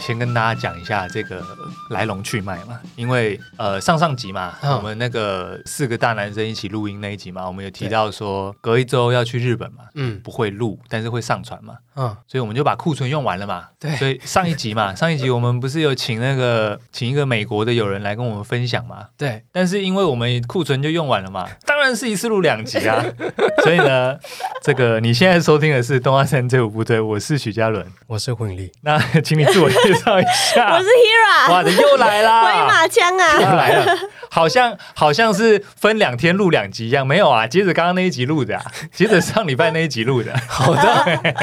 先跟大家讲一下这个来龙去脉嘛，因为呃上上集嘛，嗯我们那个四个大男生一起录音那一集嘛，我们有提到说隔一周要去日本嘛，嗯不会录，但是会上传嘛，嗯，所以我们就把库存用完了嘛。对所以上一集 嘛，上一集我们不是有请那个请一个美国的友人来跟我们分享嘛，对，但是因为我们库存就用完了 嘛，当然是一次录两集啊。所以呢，这个你现在收听的是《动画三这五部队》，我是许嘉伦。我是混力，那请你自我介绍一我 下是。Hira，哇，你又来 啦！回马枪又啊！来了，好像好像是分两天录两集一样，没有啊？接着刚刚那一集录的、啊，接着上礼拜那一集录 的，好的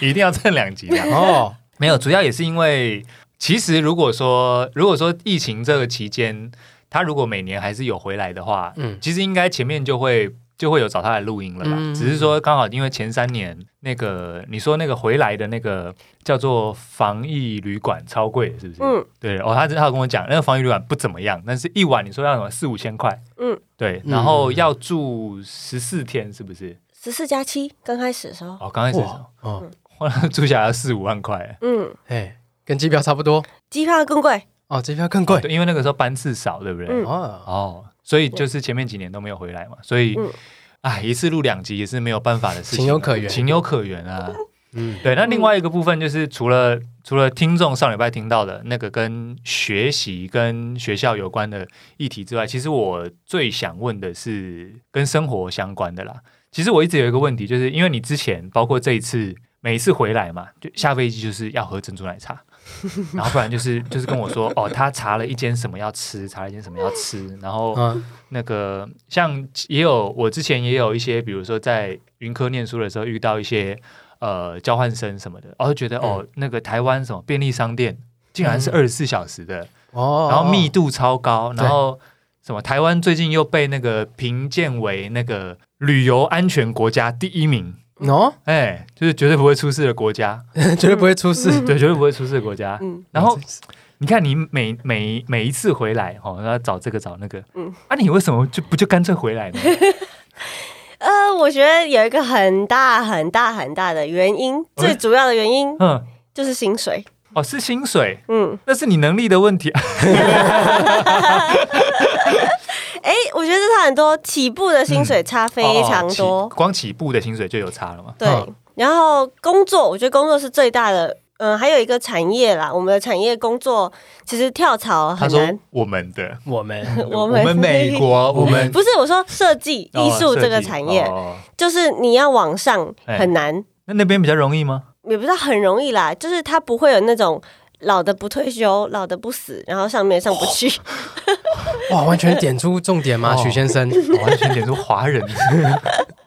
一定要蹭两集啊！哦， 没有，主要也是因为，其实如果说如果说疫情这个期间，他如果每年还是有回来的话，嗯其实应该前面就会就会有找他来录音了啦，嗯只是说刚好因为前三年那个你说那个回来的那个叫做防疫旅馆超贵，是不是？嗯对哦，他他有跟我讲，那个防疫旅馆不怎么样，但是一晚你说要什么四五千块，嗯，对，嗯然后要住十四天，是不是？十四加七，刚开始的时候，哦，刚开始的时候哇，哦，哇 住下来要四五万块，嗯，哎，跟机票差不多机票更贵，哦，机票更贵对，因为那个时候班次少，对不对？嗯哦，哦，所以就是前面几年都没有回来嘛，所以嗯，哎，一次录两集也是没有办法的事情啊，情有可原情有可原啊。嗯对，那另外一个部分就是除了除了听众上礼拜听到的那个跟学习跟学校有关的议题之外，其实我最想问的是跟生活相关的啦。其实我一直有一个问题，就是因为你之前包括这一次，每一次回来嘛，就下飞机就是要喝珍珠奶茶， 然后不然就是就是跟我说 哦，他查了一间什么要吃，查了一间什么要吃，然后嗯那个像也有我之前也有一些，比如说在云科念书的时候遇到一些呃交换生什么的，哦觉得、哦那个台湾什么便利商店竟然是嗯二十四小时的，哦，然后密度超高，对然后什么台湾最近又被那个评鉴为那个旅游安全国家第一名，哦，哎，就是绝对不会出事的国家， 绝对不会出事， 对，绝对不会出事的国家。嗯，然后你看，你每每每一次回来，哦，要找这个找那个，嗯啊，你为什么就不就干脆回来 呢？呃，我觉得有一个很大很大很大的原因，最主要的原因哎嗯，就是薪水，哦，是薪水，嗯，那是你能力的问题。哎，我觉得这差很多，起步的薪水差 非常哦哦多起，光起步的薪水就有差了嘛。对嗯，然后工作，我觉得工作是最大的。嗯，还有一个产业啦，我们的产业工作其实跳槽他哦很说难。我们的，我们我们美国，我们 不是我说设计艺术这个产业，哦设计哦就是你要往上哎很难，那那边比较容易 吗？也不知道很容易啦，就是他不会有那种老的不退休、老的不死，然后上面上不去。 哇，完全点出重点吗？哦许先生， 我完全点出华人，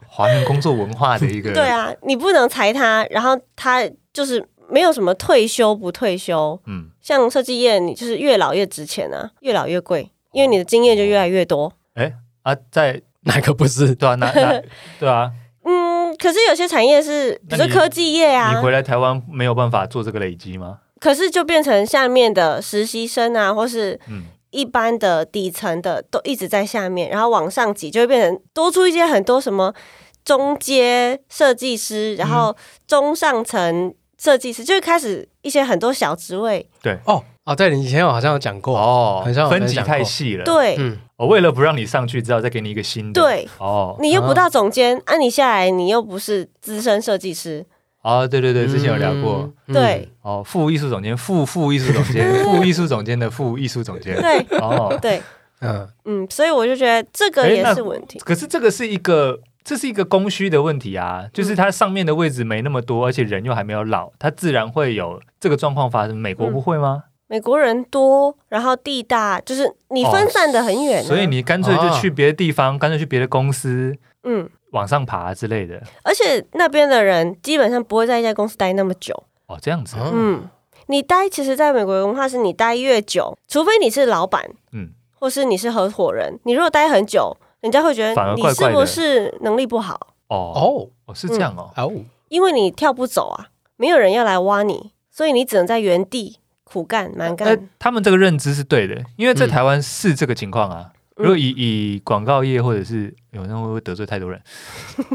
华人工作文化的一个 对，啊，你不能裁他，然后他就是没有什么退休不退休。嗯，像设计业，你就是越老越值钱啊，越老越贵，因为你的经验就越来越多。啊，在哪个不是？对啊， 那那对啊，嗯，可是有些产业是，比那如说你科技业你啊回，来台湾没有办法做这个累积吗？可是就变成下面的实习生啊，或是嗯，一般的底层的都一直在下面，然后往上挤，就会变成多出一些很多什么中阶设计嗯师，然后中上层设计师，就会开始一些很多小职位。哦哦，对你以前好像有讲过，哦很像我分分级享太过细了。，对、嗯，我为了不让你上去，只好再给你一个新的。，对，哦，你又不到总监，啊，你下来你又不是资深设计师，哦，对对对，之前有聊过。嗯，对哦，副艺术总监，副副艺术总嗯监， 副艺术总监的副艺术总监。 对哦，对，嗯，嗯，所以我就觉得这个诶也那是问题。可是这个是一个，这是一个供需的问题啊，嗯就是它上面的位置没那么多，而且人又还没有老，它自然会有这个状况发生。美国嗯不会吗？美国人多，然后地大，就是你分散的很远啊、哦所以你干脆就去别的地方，干脆去别的公司嗯，往上爬之类的。而且那边的人基本上不会在一家公司待那么久。哦，这样子啊，哦嗯，你待其实在美国文化是你待越久，除非你是老板，嗯，或是你是合伙人，你如果待很久，人家会觉反而得你怪怪是的不是能力不好，哦，哦哦，是这样哦，哦，因为你跳不走啊，没有人要来挖你，所以你只能在原地苦干蛮干。哎他们这个认知是对的，因为在嗯台湾是这个情况啊。如果以以广告业或者是有那会得罪太多人，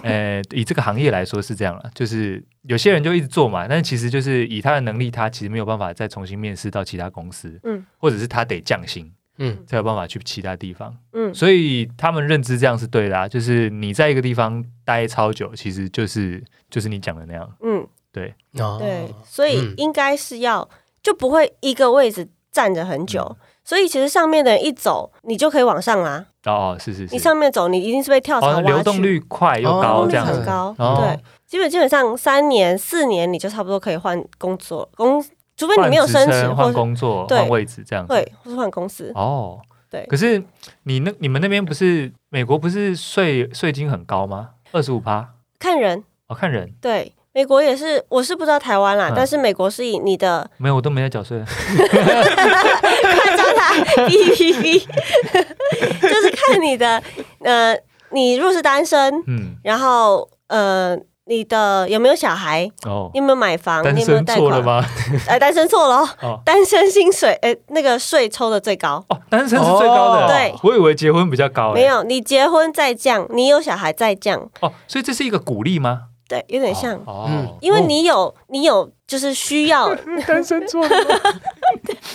呃，以这个行业来说是这样了，就是有些人就一直做嘛，但其实就是以他的能力，他其实没有办法再重新面试到其他公司，嗯或者是他得降薪嗯才有办法去其他地方，嗯所以他们认知这样是对的、啊，就是你在一个地方待超久，其实就是就是你讲的那样，嗯，对，哦，对，所以嗯应该是要就不会一个位置站着很久。嗯所以其实上面的人一走，你就可以往上啦。哦，是是是，你上面走，你一定是被跳槽挖哦，去，流动率快又流高动这率样很子，高。哦对，基本基本上三年四年你就差不多可以换工作，工除非你换没有职升职称或换是工作、对换位置这样子，对，或是换公司。哦，对可是你那你们那边不是美国不是税税金很高吗？二十五趴看人，哦，看人对，美国也是，我是不知道台湾啦，嗯但是美国是以你的 没有，我都没在缴税。看招他哔哔哔， 就是看你的呃，你若是单身，嗯，然后呃，你的有没有小孩，哦你，有没有买房，单你有没有身贷错了款？吗？ 呃，单身错了哦，哦单身薪水哎、那个税抽的最高。哦，单身是最高的。哦对我以为结婚比较高。没哎有，你结婚再降，你有小孩再降，哦，所以这是一个鼓励吗？对，有点像，哦嗯，因为你有你有就是需 要，单身 错了，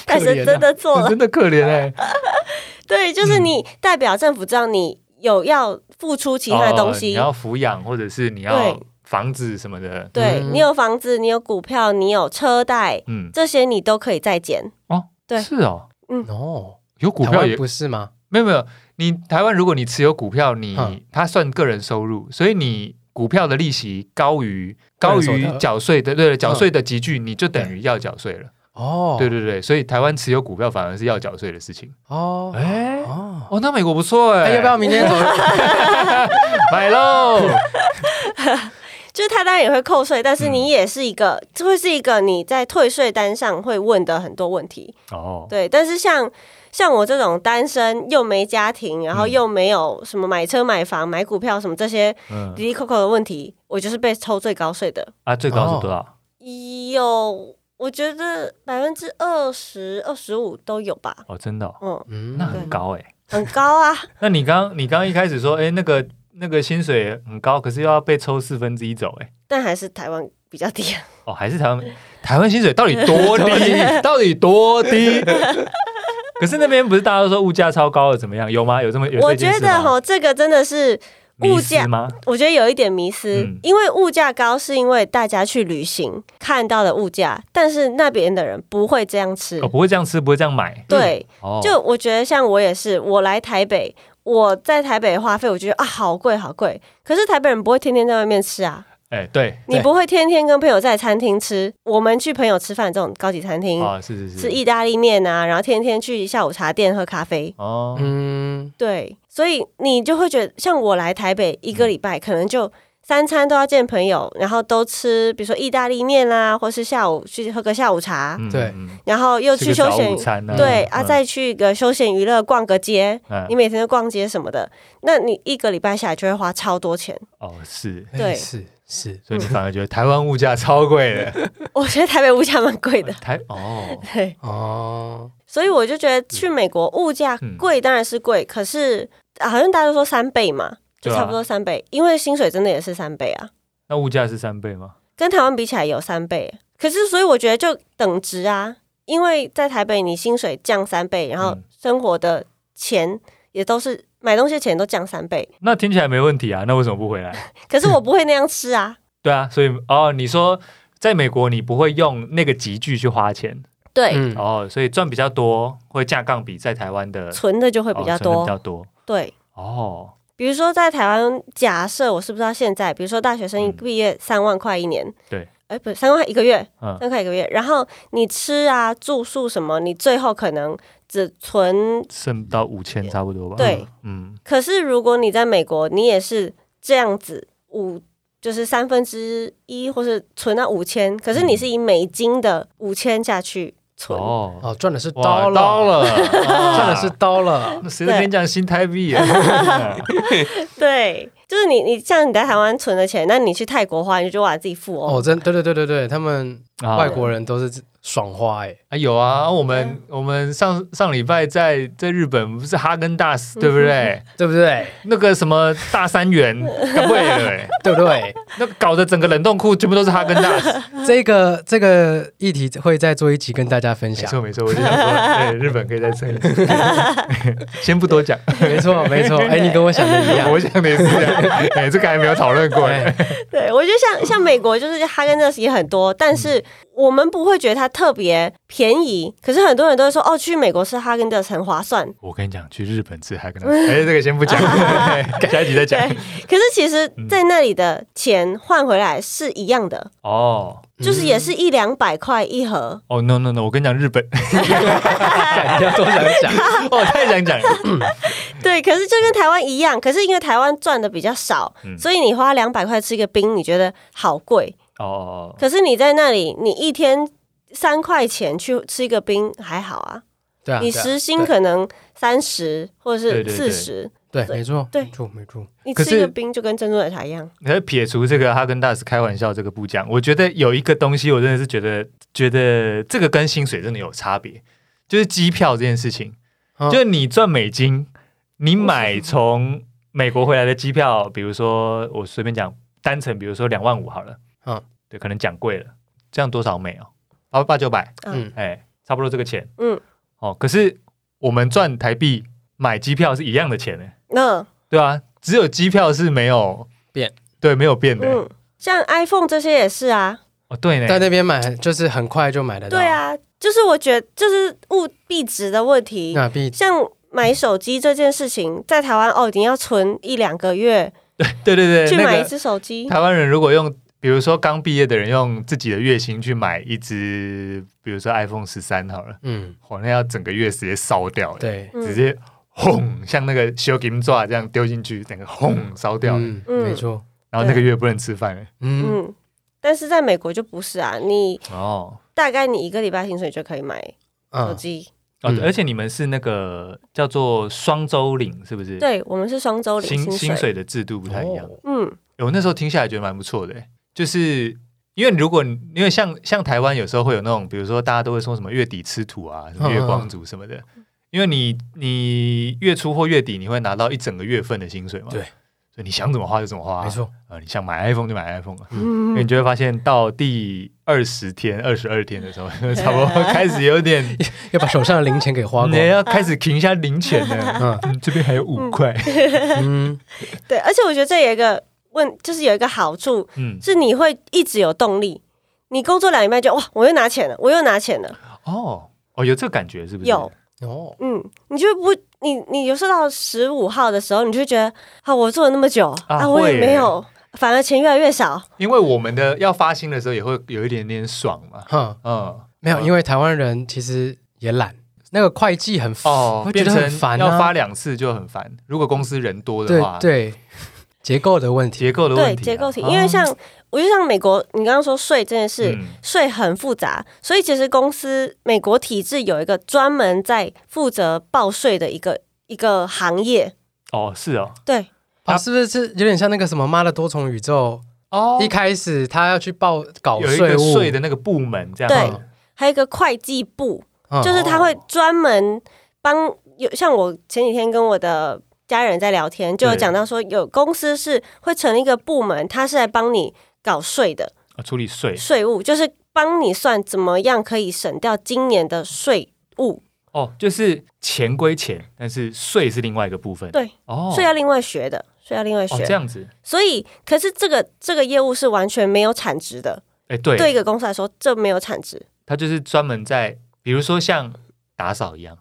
但是啊真的做 了，真的可怜哎。对，就是你嗯代表政府知道你有要付出其他的东哦西，你要抚养或者是你要对房子什么的。对、嗯你有房子，你有股票，你有车贷，嗯，这些你都可以再减。哦，对是哦，哦，有股台票湾也不是吗？没有没有，你台湾如果你持有股票，你、嗯它算个人收入，所以你股票的利息高于高个人于所得缴税的，对了，缴税的集聚，你就等于要缴税了。哦，对对对，所以台湾持有股票反而是要缴税的事情。哦，哎、哦，哦，那美国不错哎、哎，要不要 明天走？买 喽？就是他当然也会扣税，但是嗯你也是一个，这会是一个你在退税单上会问的很多问题。哦，对，但是像像我这种单身又没家庭，然后又没有什么买车、买房、买股票什么这些嗯滴滴扣扣的问题，我就是被抽最高税的。啊，最高是多少？有，我觉得百分之二十、二十五都有吧。哦，真的、哦，嗯，嗯那很高哎、很高啊。 那你刚你刚一开始说，哎、那个那个薪水很高，可是又要被抽四分之一走哎、但还是台湾比较低。哦，还是台湾 台湾薪水到底多 低？到底多低？可是那边不是大家都说物价超高了，怎么样？有吗？有这么有我这件觉事得吗哈，这个真的是，迷物价思吗？我觉得有一点迷思，嗯因为物价高是因为大家去旅行看到的物价，但是那边的人不会这样吃。哦，不会这样吃，不会这样买。对，哦，就我觉得像我也是，我来台北。我在台北花费，我觉得啊，好贵，好贵。可是台北人不会天天在外面吃啊，哎，对，你不会天天跟朋友在餐厅吃。我们去朋友吃饭这种高级餐厅，哦，是是嗯吃是，意大利面啊，然后天天去下午茶店喝咖啡。哦，嗯，对，所以你就会觉得，像我来台北一个礼拜，可能就三餐都要见朋友，然后都吃，比如说意大利面啦，或是下午去喝个下午茶，嗯对，嗯然后又去吃个休早闲午，餐呢？对、嗯啊，再去个休闲娱乐，逛个街。嗯你每天都逛街什么的，那你一个礼拜下来就会花超多钱。 哦是，对哎是是，所以你反而觉得台湾物价超贵 了，，我觉得台北物价蛮贵的台哦， 对，哦，所以我就觉得去美国物价嗯贵当然是贵，可是啊好像大家都说三倍嘛，就对啊差不多三倍，因为薪水真的也是三倍啊。那物价是三倍吗？跟台湾比起来有三倍，可是所以我觉得就等值啊，因为在台北你薪水降三倍，然后嗯生活的钱也都是买东西的钱都降三倍，那听起来没问题啊，那为什么不回来？可是我不会那样吃啊，对啊，所以哦，你说在美国你不会用那个集聚去花钱对，嗯，哦，所以赚比较多会价杠比在台湾的存的就会比较哦存的多，比较多对。哦，比如说在台湾，假设我是不知道现在，比如说大学生一嗯毕业三万块一年，对，哎，不，三万块一个月，嗯三万块一个月，然后你吃啊、住宿什么，你最后可能只存剩到五千差不多吧。对，嗯，可是如果你在美国，你也是这样子五，就是三分之一，或是存到五千，可是你是以美金的五千下去存，嗯哦，哦，赚的是哇刀了，刀 了，赚赚的是刀了， 那谁在跟你讲新台币啊？对，就是你你像你在台湾存的钱，那你去泰国花，你就把自己富翁。哦，真对对对对对，他们 啊外国人都是爽花哎，啊，有啊，我们我们上上礼拜在在日本不是哈根达斯嗯对不 对？对不对？那个什么大三元干贵了欸，对不对？那个搞得整个冷冻库全部都是哈根达斯。这个这个议题会再做一集跟大家分没享。错没错，我就想说，对，日本可以再 撑一次， 先不多讲，没 错没错，哎，你跟我想的一样。我想的也是这样，哎，这个还没有讨论过欸。对，对，我觉得像像美国就是哈根达斯也很多，但是我们不会觉得它特别便宜。可是很多人都会说，哦，去美国吃哈根达斯很划算。我跟你讲，去日本吃还跟他，哎，这个先不 讲，下一集再 对讲。，可是其实在那里的钱换回来是一样的，哦就是也是一两百块一盒。哦，no no no，我跟你讲，日 本，你哎要多想一想。 我太想讲了。对，可是就跟台湾一样，可是因为台湾赚的比较少，嗯所以你花两百块吃一个冰，你觉得好贵。哦哦，哦可是你在那里，你一天三块钱去吃一个冰还好啊，对啊，你对啊时薪对可能三十或者对是对四对十，对，没错，对没错，没错。你可吃一是个冰就跟珍珠奶茶一样。可是撇除这个哈根达斯开玩笑这个不讲，我觉得有一个东西，我真的是觉得觉得这个跟薪水真的有差别，就是机票这件事情。嗯哦就是你赚美金，你买从美国回来的机票，比如说我随便讲单程，比如说两万五好了，嗯对，可能讲贵了，这样多少美哦，八八九百，嗯，哎，差不多这个钱，嗯，哦，可是我们赚台币买机票是一样的钱呢，那对啊，只有机票是没有变，对，没有变的。嗯，像 iPhone 这些也是啊，哦，对呢，在那边买就是很快就买得到。对，啊，就是我觉得就是物币值的问题，那必像买手机这件事情，在台湾哦，你要存一两个月对对去对，买那一个只手机，台湾人如果用，比如说刚毕业的人用自己的月薪去买一只，比如说 iPhone 十三好了，嗯，哇，那要整个月直接烧掉，，对，嗯直接轰，像那个修金抓这样丢进去，整个轰烧掉，嗯，嗯没错，然后那个月不能吃饭了。嗯，嗯，但是在美国就不是啊，你哦，大概你一个礼拜薪水就可以买手啊，机。哦，嗯而且你们是那个叫做双周领，是不是？，对我们是双周领薪薪薪水的制度不太一样。哦嗯，欸我那时候听下来觉得蛮不错的欸、就是因为如果你因为像像台湾有时候会有那种，比如说大家都会说什么月底吃土啊，什么月光族什么的，嗯因为你你月初或月底你会拿到一整个月份的薪水嘛，对，所以你想怎么花就怎么花、啊，哦没，错，呃，你想买 iPhone 就买 iPhone 啊。因为嗯你就会发现，到第二十天、二十二天的时候， 差不多开始有 点，要把手上的零钱给花光你。要开始停一下零钱了。嗯嗯，这边还有五块。嗯，对，而且我觉得这有一个问，就是有一个好处嗯，是你会一直有动力。你工作两礼拜就哇，我又拿钱了，我又拿钱了，哦，哦，有这个感觉是不是？有哦，嗯，你就不，你你有时候到十五号的时候，你就会觉得啊，我做了那么久啊啊我会也耶没有，反而钱越来越少。因为我们的要发薪的时候也会有一点点爽嘛，哈，嗯，没有，因为台湾人其实也懒，那个会计很烦哦，会觉变得成很烦要啊发。两次就很烦。如果公司人多的对话，，对，结构的问题。结构的问对，题啊，结构题，哦因为像我就像美国，你刚刚说税这件事，嗯税很复杂，所以其实公司美国体制有一个专门在负责报税的一个一个行业。哦，是哦，对，啊，是不是是有点像那个什么《妈的多重宇宙》？哦一开始他要去报搞有一税个务，税的那个部门这样，对嗯还有一个会计部，哦嗯就是他会专门帮有像我前几天跟我的家人在聊天，就有对讲到说，有公司是会成立一个部门，他是来帮你搞税的哦处理税税务，就是帮你算怎么样可以省掉今年的税务，哦，就是钱归钱，但是税是另外一个部分，对，哦，税要另外学的，税要另外哦学。这样子，所以，可是这个这个业务是完全没有产值的，哎，对，对一个公司来说，这没有产值。他就是专门在，比如说像打扫一样，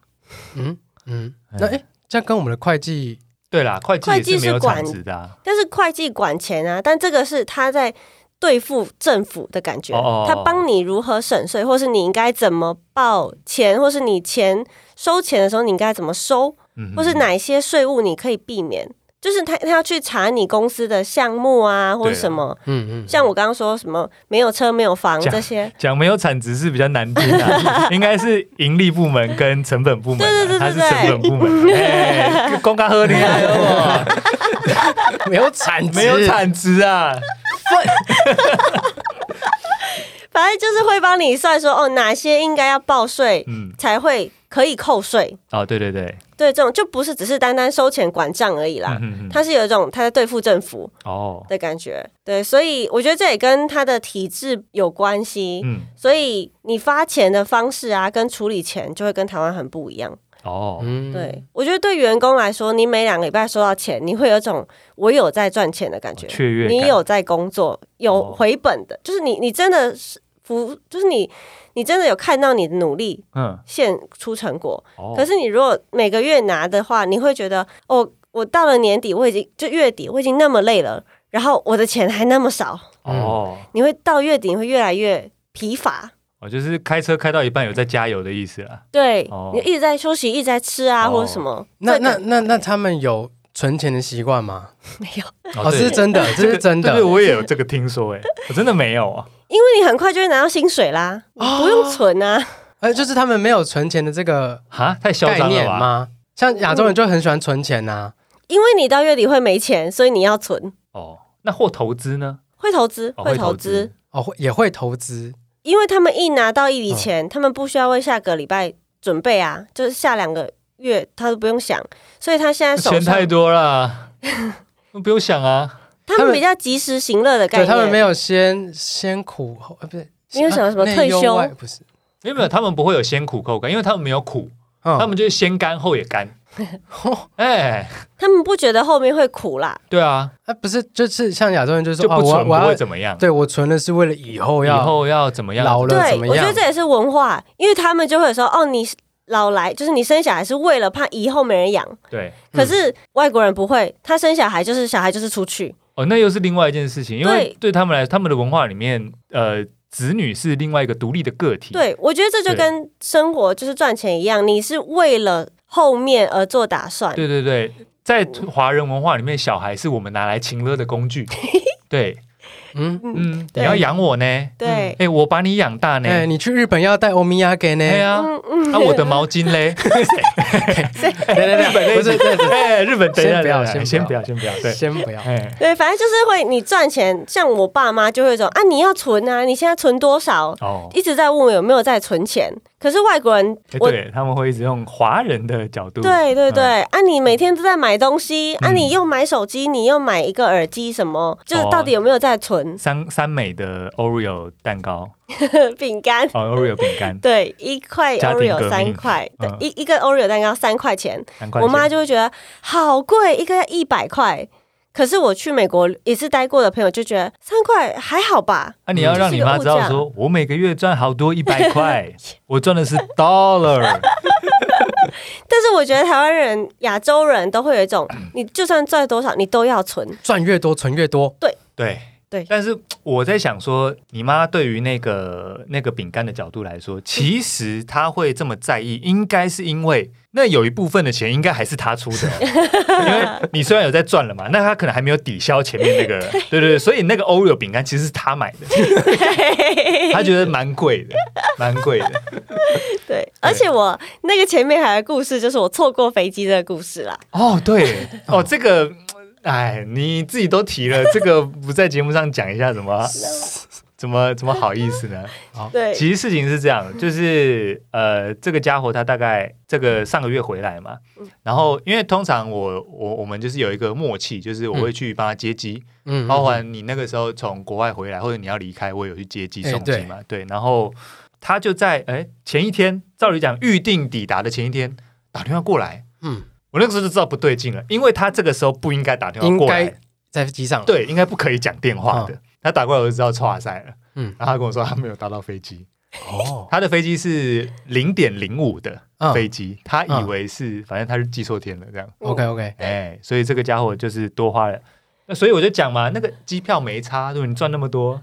嗯嗯，哎那哎，这样跟我们的会计对啦，会计会也计是没有是管产值的啊，但是会计管钱啊，但这个是他在对付政府的感觉，哦哦哦他帮你如何省税，或是你应该怎么报钱，或是你钱收钱的时候你应该怎么收，嗯或是哪一些税务你可以避免，就是他他要去查你公司的项目啊，或者对啊什么， 嗯嗯，像我刚刚说什么没有车没有房这样这些，讲没有产值是比较难听的、 应该是盈利部门跟成本部门、啊，对对对对它是成本部门，哎、公家喝你啊，没有产值，没有产值啊，反正就是会帮你算说，哦，哪些应该要报税嗯，才会可以扣税。哦，对对对，对，这种就不是只是单单收钱管账而已啦，嗯嗯嗯它是有一种他在对付政府哦，的感觉。对，所以我觉得这也跟他的体制有关系。嗯，所以你发钱的方式啊，跟处理钱就会跟台湾很不一样。哦，嗯，对我觉得对员工来说，你每两个礼拜收到钱，你会有一种我有在赚钱的感觉，哦雀跃感你有在工作，有哦回本的，就是你你真的是服，就是你你真的有看到你的努力嗯，现出成果。哦，可是你如果每个月拿的话，你会觉得哦，我到了年底，我已经就月底，我已经那么累了，然后我的钱还那么少，哦，你会到月底你会越来越疲乏。我就是开车开到一半有在加油的意思啦。对、哦你一直在休息，一直在吃啊，哦或者什么，那这个那那那他们有存钱的习惯吗？没有。哦，这对是真的，这是真对对，的。我也有这个听说，哎，我真的没有啊。因为你很快就会拿到薪水啦，你不用存啊。呃，就是他们没有存钱的这个哈，太嚣概张了念吧？吗？像亚洲人就很喜欢存钱啊呐、嗯因为你到月底会没钱，所以你要存，哦，那或投资呢？会投资，哦会投投资。，哦，会也会投资，因为他们一拿到一笔钱，他们不需要为下个礼拜准备啊，就是下两个月他都不用想，所以他现在手钱太上多 了，不用想啊。他他们们比较及时行乐的概对念，他们没有先先苦后，呃，不是没有想到什么内退忧休外不是，没有没有，他们不会有先苦后甘，因为他们没有苦，嗯哦他们就是先甘后也甘。哎，他们不觉得后面会苦啦，对啊，啊不是就是像亚洲人就说就不哦存我不我会要怎么样，对我存的是为了以后啊以要后要怎么样？老了对怎，么我觉样得这也是文化，因为他们就会说，哦，你老来就是你生小孩是为了怕以后没人养，对，嗯可是外国人不会，他生小孩就是小孩就是出去，哦，那又是另外一件事情，因为对对他们来，他们的文化里面，呃，子女是另外一个独立的个嗯体。，对，我觉得这就对跟生活就是赚钱一样，你是为了后面而做打算。对对对，在华人文化里面，小孩是我们拿来情乐的工 具。对，嗯，嗯，嗯，你对要养我呢，对，哎，我把你养大呢，哎，你去日本要带欧米亚给呢，哎呀，嗯嗯，那我的毛巾嘞， 对对对， 不是对对哎，日本等一下，先不要等一下先先不不要要，先不要，对，对，先不要，哎，对，反正就是会你赚钱，像我爸妈就会说啊，你要存啊，你现在存多少？哦，一直在问我有没有在存钱，可是外国人哎，我对，他们会一直用华人的角度，对对嗯对，啊，你每天都在买东西，啊，嗯你又买手机，你又买一个耳机，什么，就是哦到底有没有在存 三三美的 Oreo 蛋糕，饼干？哦，Oreo 饼干对，一块家庭 Oreo 革三命块，对嗯一一个 Oreo 蛋糕三块钱，三块钱，我妈就会觉得好贵，一个要一百块。可是我去美国也是待过的朋友就觉得三块还好吧，那、啊你要让你妈知道嗯这是个说，我每个月赚好多一百 块，我赚的是 dollar。但是我觉得台湾人、亚洲人都会有 一种，你就算赚多少，你都要存。 赚越多存越多，对对但是我在想说，你妈对于那个那个饼干的角度来说，其实她会这么在意，应该是因为那有一部分的钱应该还是她出的哦， 因为你虽然有在赚了嘛，那她可能还没有抵消前面那个，对对对，所以那个 Oreo 饼干其实是她买的，她觉得蛮贵的，蛮贵的。对，而且我那个前面还有个故事，就是我错过飞机这个故事啦。 哦，对，哦，这个，哎，你自己都提了，这个不在节目上讲一下，怎 么怎么怎么好意思呢？哦，哎对其实事情是这样，就是嗯呃，这个家伙他大概这个上个月回来嘛，嗯然后因为通常我我我们就是有一个默契，就是我会去帮他接机，嗯，包含你那个时候从国外回来或者你要离开，我有去接机哎送机嘛，对，然后他就在哎前一天，照理讲预定抵达的前一天打电话过来。嗯，我那个时候就知道不对劲了，因为他这个时候不应该打电话嗯应过该来，在机上，对，应该不可以讲电话的。他打过来我就知道错赛了，嗯嗯，然后他跟我说他没有搭到飞机，哦，他的飞机是零点零五的嗯飞机，他以为是，反正他是记错天了这样， ，OK OK，哎，所以这个家伙就是多花了。那所以我就讲嘛，那个机票没差，对吧你赚那么多，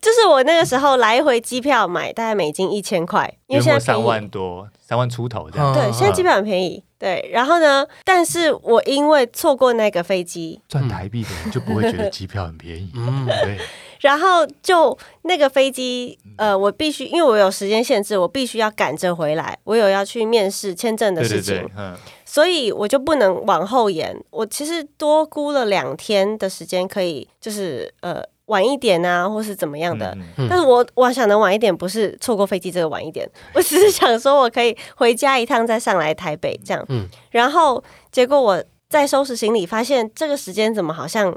就是我那个时候来回机票买大概美金一千块，因为现约在莫三便宜万多，三万出头这样，嗯对，现在嗯机票很便宜。对，然后呢？但是我因为错过那个飞机，赚台币的人就不会觉得机票很便宜， 嗯，对，然后就那个飞机，嗯呃，我必须因为我有时间限制，我必须要赶着回来，我有要去面试签证的对事对情，对，嗯，所以我就不能往后延。我其实多估了两天的时间，可以就是呃晚一点啊，或是怎么样的。嗯嗯嗯但是我我想的晚一点，不是错过飞机这个晚 一点，我只是想说我可以回家一趟再上来台北这样。嗯然后结果我在收拾行李，发现这个时间怎么好 像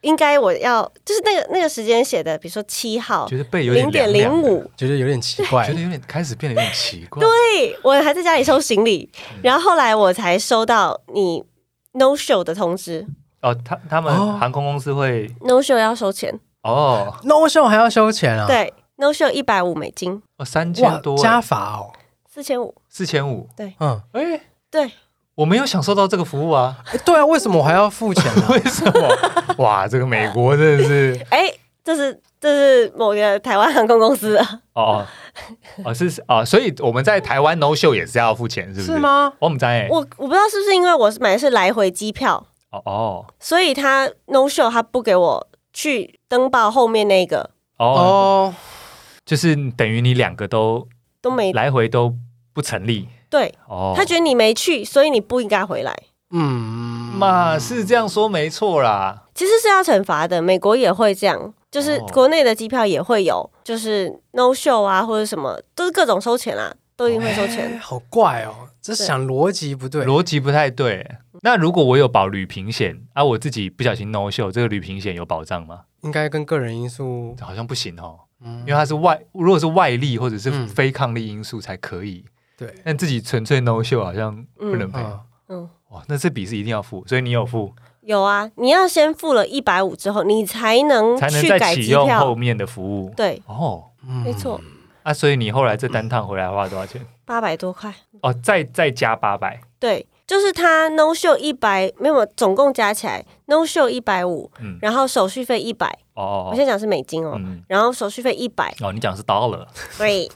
应该我要就是那个那个时间写的，比如说七号觉得背有零点点凉凉零的五，觉得有点奇怪 觉，得有点开始变得有点奇怪。对我还在家里收 行李，然后后来我才收到你 no show 的通知哦，他他哦们航空公司会，no show 要收钱，哦， no show 还要收钱啊？，对，no show 一百五美金，哦三哇千多，加法哦，四千五，四千五，嗯，哎，对，我没有享受到这个服务啊，诶对啊，为什么我还要付钱啊 呢、为什么？ 哇，这个美国真的是哎，这是这是某个台湾航空公司的。 哦哦哦是哦，所以我们在台湾 No Show 也是要付钱，是不哦是？吗？我们在我我不知道是不是因为我是买的是来回机票，哦哦所以他 no show 他不给我去登报后面那个哦，哦，就是等于你两个都都没来回都不成立对，哦。他觉得你没去，所以你不应该回来，嗯，嘛是这样说没错啦，其实是要惩罚的。美国也会这样，就是哦国内的机票也会有，就是 no show 啊或者什么，都是各种收钱啦、啊都一定会收诶钱。好怪哦，这对想逻辑不对。逻辑不太对。那如果我有保旅平险啊，我自己不小心 No Show，这个旅平险有保障吗？应该跟个人因素，好像不行哦。嗯因为，它是外，如果是外力或者是嗯非抗力因素才可以，对，但自己纯粹 no show 好像不能赔。嗯，嗯，哇，那这笔是一定要付，所以你有付有啊，你要先付了一百五之后，你才能才能嗯去再改启机用后票。面的服务。对，哦，嗯没错，，啊，所以你后来这单趟回来花了多少钱？八百多块。哦，再再加八百，对，就是他 no show 一百，没有，总共加起来 no show 一百五，嗯，然后手续费一百，哦我哦先讲是美金哦，哦，嗯， 然后手续费一百，哦，你讲的是 dollar， 对，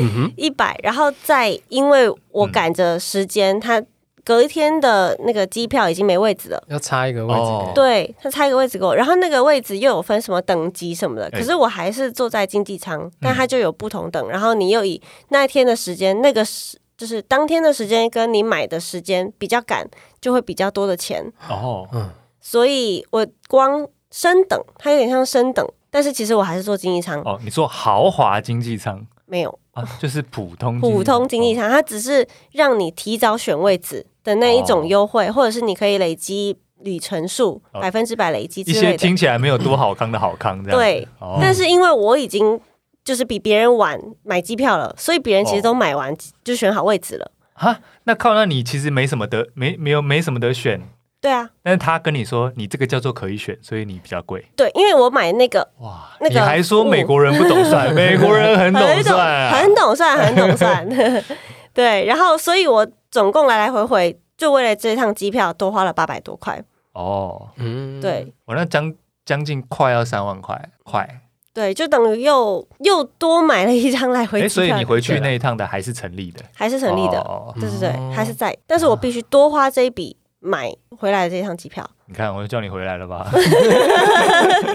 嗯哼， 一百，然后再因为嗯我赶着时间，他隔一天的那个机票已经没位置了。要插一个位置哦给，对他差一个位置给我，然后那个位置又有分什么等级什么的，哎嗯可是我还是坐在经济舱，但他就有不同等，然后你又以那一天的时间，那个时就是当天的时间跟你买的时间比较赶，就会比较多的钱。哦，嗯，所以我光升等，它有点像升等，但是其实我还是做经济舱，哦，你做豪华经济舱没有啊，就是普通普通经济舱哦舱，它只是让你提早选位置的那一种优惠，或者是你可以累积里程数哦百分之百累积一之些类的。听起来没有多好康的好康这样，对，哦，但是因为我已经就是比别人晚买机票了，所以别人其实都买哦完就选好位置了。哈，那靠，那你其实没什么得没没有没什么得选，对啊，但是他跟你说你这个叫做可以选，所以你比较贵。对，因为我买那个哇，那个你还说美国人不懂 算，美国人很懂算、啊，很懂 算，很懂算。 对，然后所以我总共来来回回就为了这趟机票多花了八百多块。哦，嗯，对，我那将将近快要三万块，快。对，就等于又又多买了一张来回哎，机所以票的钱，你回去那一趟的还是成立的，还是成立的，哦 对对对，嗯还是在，但是我必须多花这一笔买回来的这趟机票。你看，我就叫你回来了吧。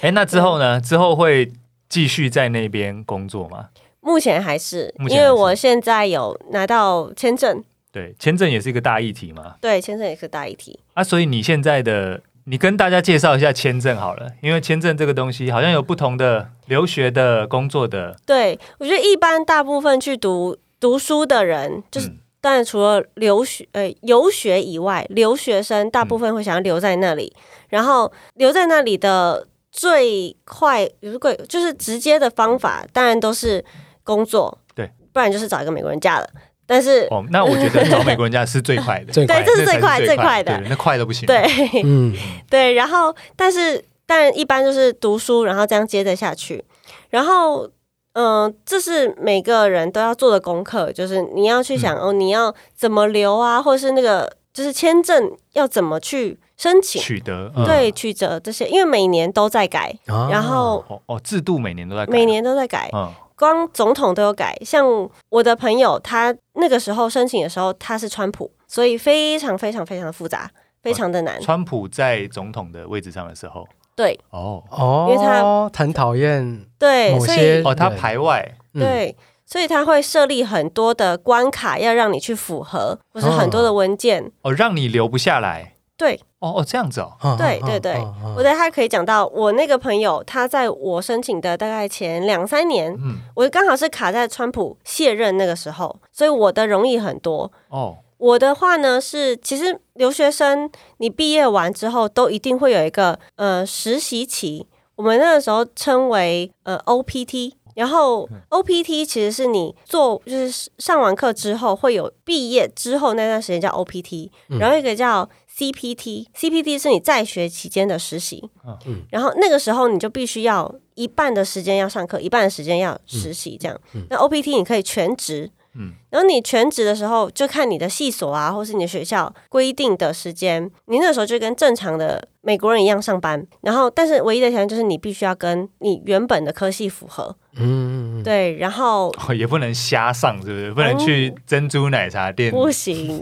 哎，那之后呢？之后会继续在那边工作吗？目前还是目前因还为是我现在有拿到签证，对，签证也是一个大议题嘛。对，签证也是大议题。啊，所以你现在的，你跟大家介绍一下签证好了，因为签证这个东西好像有不同的留学的、工作的，对我觉得一般大部分去读读书的人，就是嗯当然除了留学呃游学以外，留学生大嗯部分会想要留在那里，然后留在那里的最快如果就是直接的方法，当然都是工作，对，不然就是找一个美国人嫁了。但 是、哦，那我觉得找美国人家是最快的，最对，快这是那才最快最快的，对，那快的不行。对，嗯，对，然后但是当然一般就是读书，然后这样接着下去，然后。嗯，这是每个人都要做的功课，就是你要去想、哦，你要怎么留啊，或者是那个就是签证要怎么去申请，取得，嗯对，曲折这些，因为每年都在改，啊然后哦哦，制度每年都在改，每，年都在改，嗯，光总统都有改。像我的朋友，他那个时候申请的时候，他是川普，所以非常非常非常复杂，非常的难。川普在总统的位置上的时候，对哦哦，因为他很讨厌，对，某所些以哦，他对排外嗯，对，所以他会设立很多的关卡要让你去符合，或是很多的文件。哦，让你留不下来。对哦哦，这样子哦，嗯对对对，我在在他可以讲到，我那个朋友他在我申请的大概前两三年，嗯我刚好是卡在川普卸任那个时候，所以我的容易很多。哦我的话呢是，其实留学生你毕业完之后都一定会有一个呃实习期，我们那个时候称为呃 OPT。然后 OPT 其实是你做就是上完课之后会有毕业之后那段时间叫 OPT，、嗯然后一个叫 CPT，CPT 是你在学期间的实习嗯，嗯然后那个时候你就必须要一半的时间要上课，一半的时间要实习这样。那 OPT 你可以全职，嗯然后你全职的时候，就看你的系所啊，或是你的学校规定的时间，你那时候就跟正常的美国人一样上班。然后，但是唯一的条件就是你必须要跟你原本的科系符合。嗯嗯嗯，对，然后哦， 也不能瞎上，是不是？不能去珍珠奶茶店。哦不行，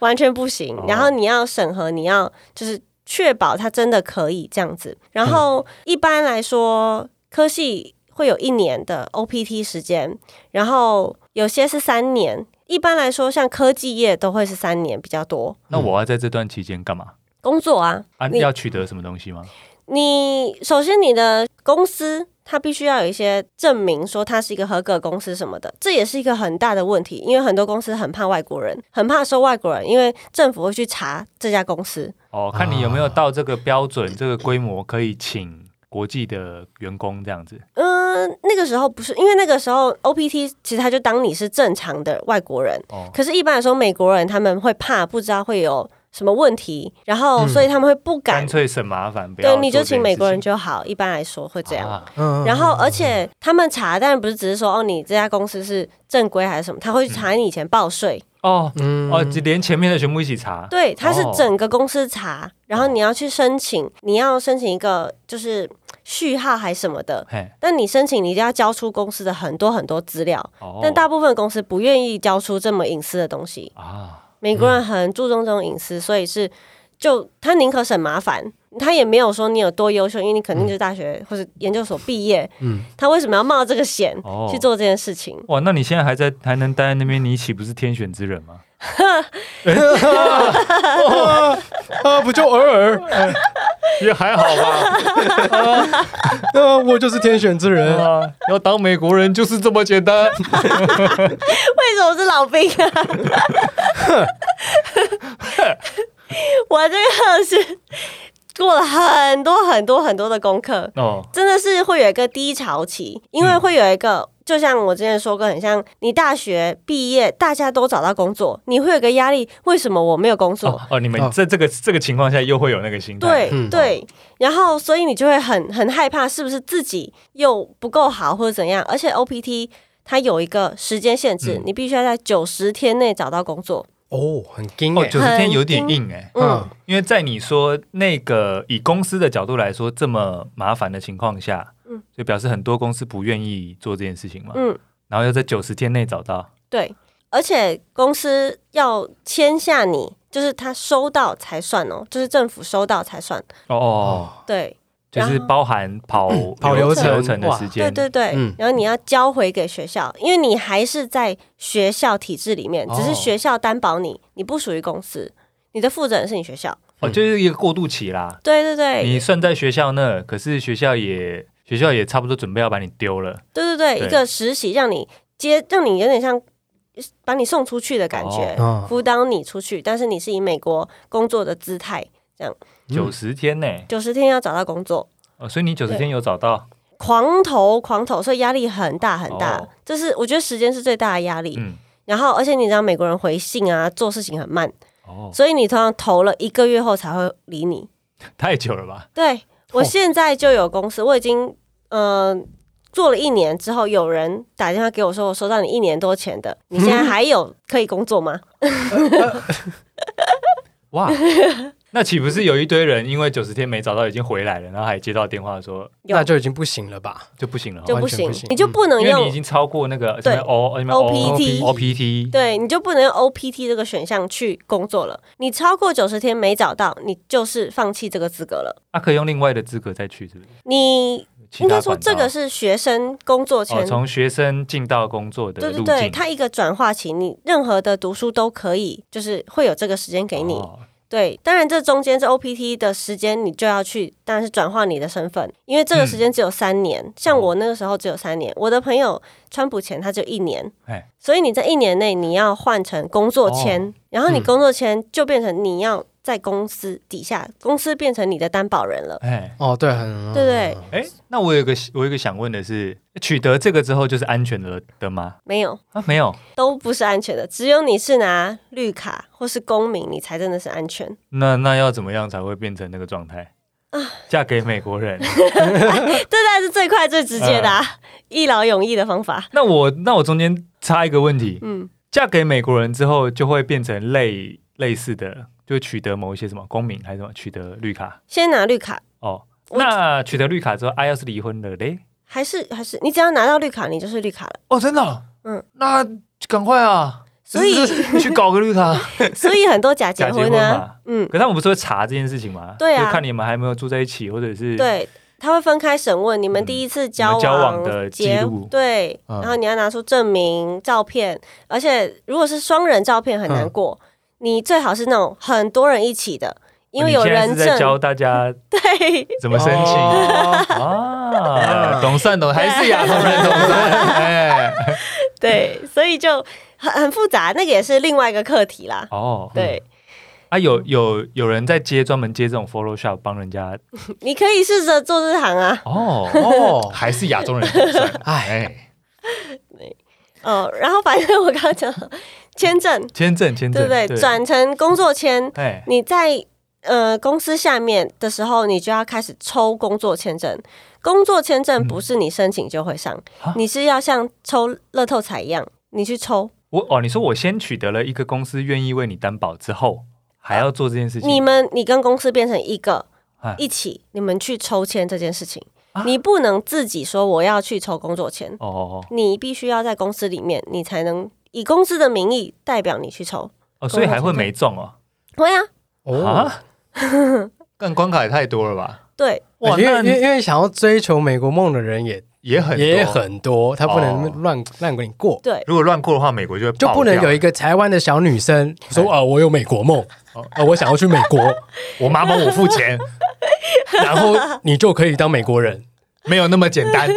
完全不行哦。然后你要审核，你要就是确保他真的可以这样子。然后一般来说，科系会有一年的 OPT 时间，然后有些是三年。一般来说，像科技业都会是三年比较多。那我要在这段期间干嘛？工作啊，啊，你要取得什么东西吗？你首先你的公司它必须要有一些证明，说它是一个合格公司什么的，这也是一个很大的问题，因为很多公司很怕外国人，很怕收外国人，因为政府会去查这家公司。哦，看你有没有到这个标准、这个规模，可以请国际的员工这样子。嗯，那个时候不是，因为那个时候 OPT 其实他就当你是正常的外国人，哦可是，一般来说美国人他们会怕，不知道会有什么问题，然后所以他们会不敢嗯干。脆省麻烦，不要对，你做就这件请美国人事就好。一般来说会情这样。啊嗯然后，而且他们查，但不是只是说哦，你这家公司是正规还是什么，他会去查你以前报税。哦嗯 哦，连前面的全部一起查。对，他是哦整个公司查，然后哦你要去申请，你要申请一个就是序号还什么的。嘿，但你申请，你一定要交出公司的很多很多资料，哦，但大部分公司不愿意交出这么隐私的东西。啊，美国人很注重这种隐私，所以是就他宁可省麻烦，他也没有说你有多优秀，因为你肯定就是大学或者研究所毕业，嗯他为什么要冒这个险哦去做这件事情？哇，那你现在还在还能待在那边，你岂不是天选之人吗？啊，不就偶 尔， 也还好吧，那啊我就是天选之 对人，啊，要当美国人就是这么简单。为什么是老兵啊？ 我这个是做了很多很多很多的功课，哦，真的是会有一个低潮期，因为会有一个。就像我之前说过，很像你大学毕业，大家都找到工作，你会有个压力，为什么我没有工作？哦哦，你们哦在这个这个情况下又会有那个心态，对、嗯对，然后所以你就会很很害怕，是不是自己又不够好或者怎样？而且 OPT 它有一个时间限制，嗯你必须要在九十天内找到工作。哦，很惊哦，哎，九十天有点硬哎、嗯嗯，因为在你说那个以公司的角度来说这么麻烦的情况下，嗯所以表示很多公司不愿意做这件事情嘛，嗯，然后要在九十天内找到，对，而且公司要签下你，就是他收到才算哦，就是政府收到才算。哦哦，哦，对，就是然后嗯包含跑跑流流程的哇时间，对对对，嗯然后你要交回给学校，因为你还是在学校体制里面，只哦是学校担保你，你不属于公司，你的负责人是你学校。哦，就是一个过渡期啦。对对嗯对，你算在学校那，可是学校也学校也差不多准备要把你丢了，对对对对，一个实习让你接，让你有点像把你送出去的感觉，哦辅导你出去，但是你是以美国工作的姿态，嗯九十天呢、九十天要找到工作，哦，所以你九十对天有找到，狂投狂投，所以压力很大很大。哦这是我觉得时间是最大的压力。嗯，然后，而且你知道美国人回信啊，做事情很慢，哦，所以你通常投了一个月后才会理你。太久了 吧？对我哦现在就有公司，我已经嗯、呃做了一年之后，有人打电话给我说，我收到你一年多前的，哦 你现在还有可以工作吗？哇，那岂不是有一堆人因为九十天没找到已经回来了，然后还接到电话说有那就已经不行了吧？就不行了，哦嗯就完不全行不行，你就不能因为你已用经超过那个什对么 O 什么 OPT OPT，对，你就不能用 OPT 这个选项去工作了。你超过九十天没找到，你就是放弃这个资格了。啊他可以用另外的资格再去，是不是？你其应他该说管道这个是学生工作哦，前，从学生进到工作的对路对径，对，它一个转化期，你任何的读书都可以，就是会有这个时间给你。哦对，当然这中间这 OPT 的时间，你就要去，当然是转化你的身份，因为这个时间只有三年。像我那个时候只有三年，我的朋友川普前他就一年哎，所以你在一年内你要换成工作签，然后你工作签就变成你要在公司底下，公司变成你的担保人了。哎哦，对，很对对，哎，那我有个我有个想问的是，取得这个之后就是安全的的吗？没有，啊，没有都不是安全的，只有你是拿绿卡或是公民，你才真的是安全。 那那要怎么样才会变成那个状态？啊嫁给美国人？ 这当然是最快最直接的、啊，一劳永逸的方法。那我那我中间插一个问题，嗯，嫁给美国人之后就会变成类类似的，就取得某一些什么公民还是什么取得绿卡先拿绿卡，哦。我那取得绿卡之后，啊，要是离婚了嘞？还是还是你只要拿到绿卡，你就是绿 卡了。哦，真的、嗯，那赶快啊！所以是不是去搞个绿卡，所以很多假结假结婚婚呢、嘛。嗯，可他们不是会查这件事情吗？对啊就看你们还没有住在一起，或者是，对，他会分开审问你们嗯第一次你交们交往的记结录对，嗯然后你要拿出证明、照片，而且如果是双人照片很难嗯过，你最好是那种很多人一起的，因为有哦你现在人是在教证。大家 对，怎么申请、哦啊？ 懂算懂，还是亚洲人懂算。哎，对，所以就很很复杂，那个也是另外一个课题啦。哦，对，啊，有有有人在接专门接这种 Photoshop 帮人家你可以试着做这行啊，哦，哦， 还是亚洲人懂算。 哎，哦，然后反正我刚刚讲了签证，签证签证，对不对？转成工作签，哎你在呃公司下面的时候，你就要开始抽工作签证。工作签证不是你申请就会上，啊你是要像抽乐透彩一样，你去抽。我哦，你说我先取得了一个公司愿意为你担保之后，还要做这件事情，你们，你跟公司变成一个啊一起，你们去抽签这件事情，啊你不能自己说我要去抽工作签，哦哦你必须要在公司里面，你才能以公司的名义代表你去抽。哦，所以还会没中哦会啊，哦，啊？ 但关卡也太多了吧？哎对，哇，因为因为那因为想要追求美国梦的人也也很多也。很多，他不哦能乱乱给你过，对，如果乱过的话，美国就会就不能有一个个台湾的小女生说啊，我有美国梦，啊，我想要去美 国，我妈帮我付 钱，然后你就可以当美国人。没有那么简 单。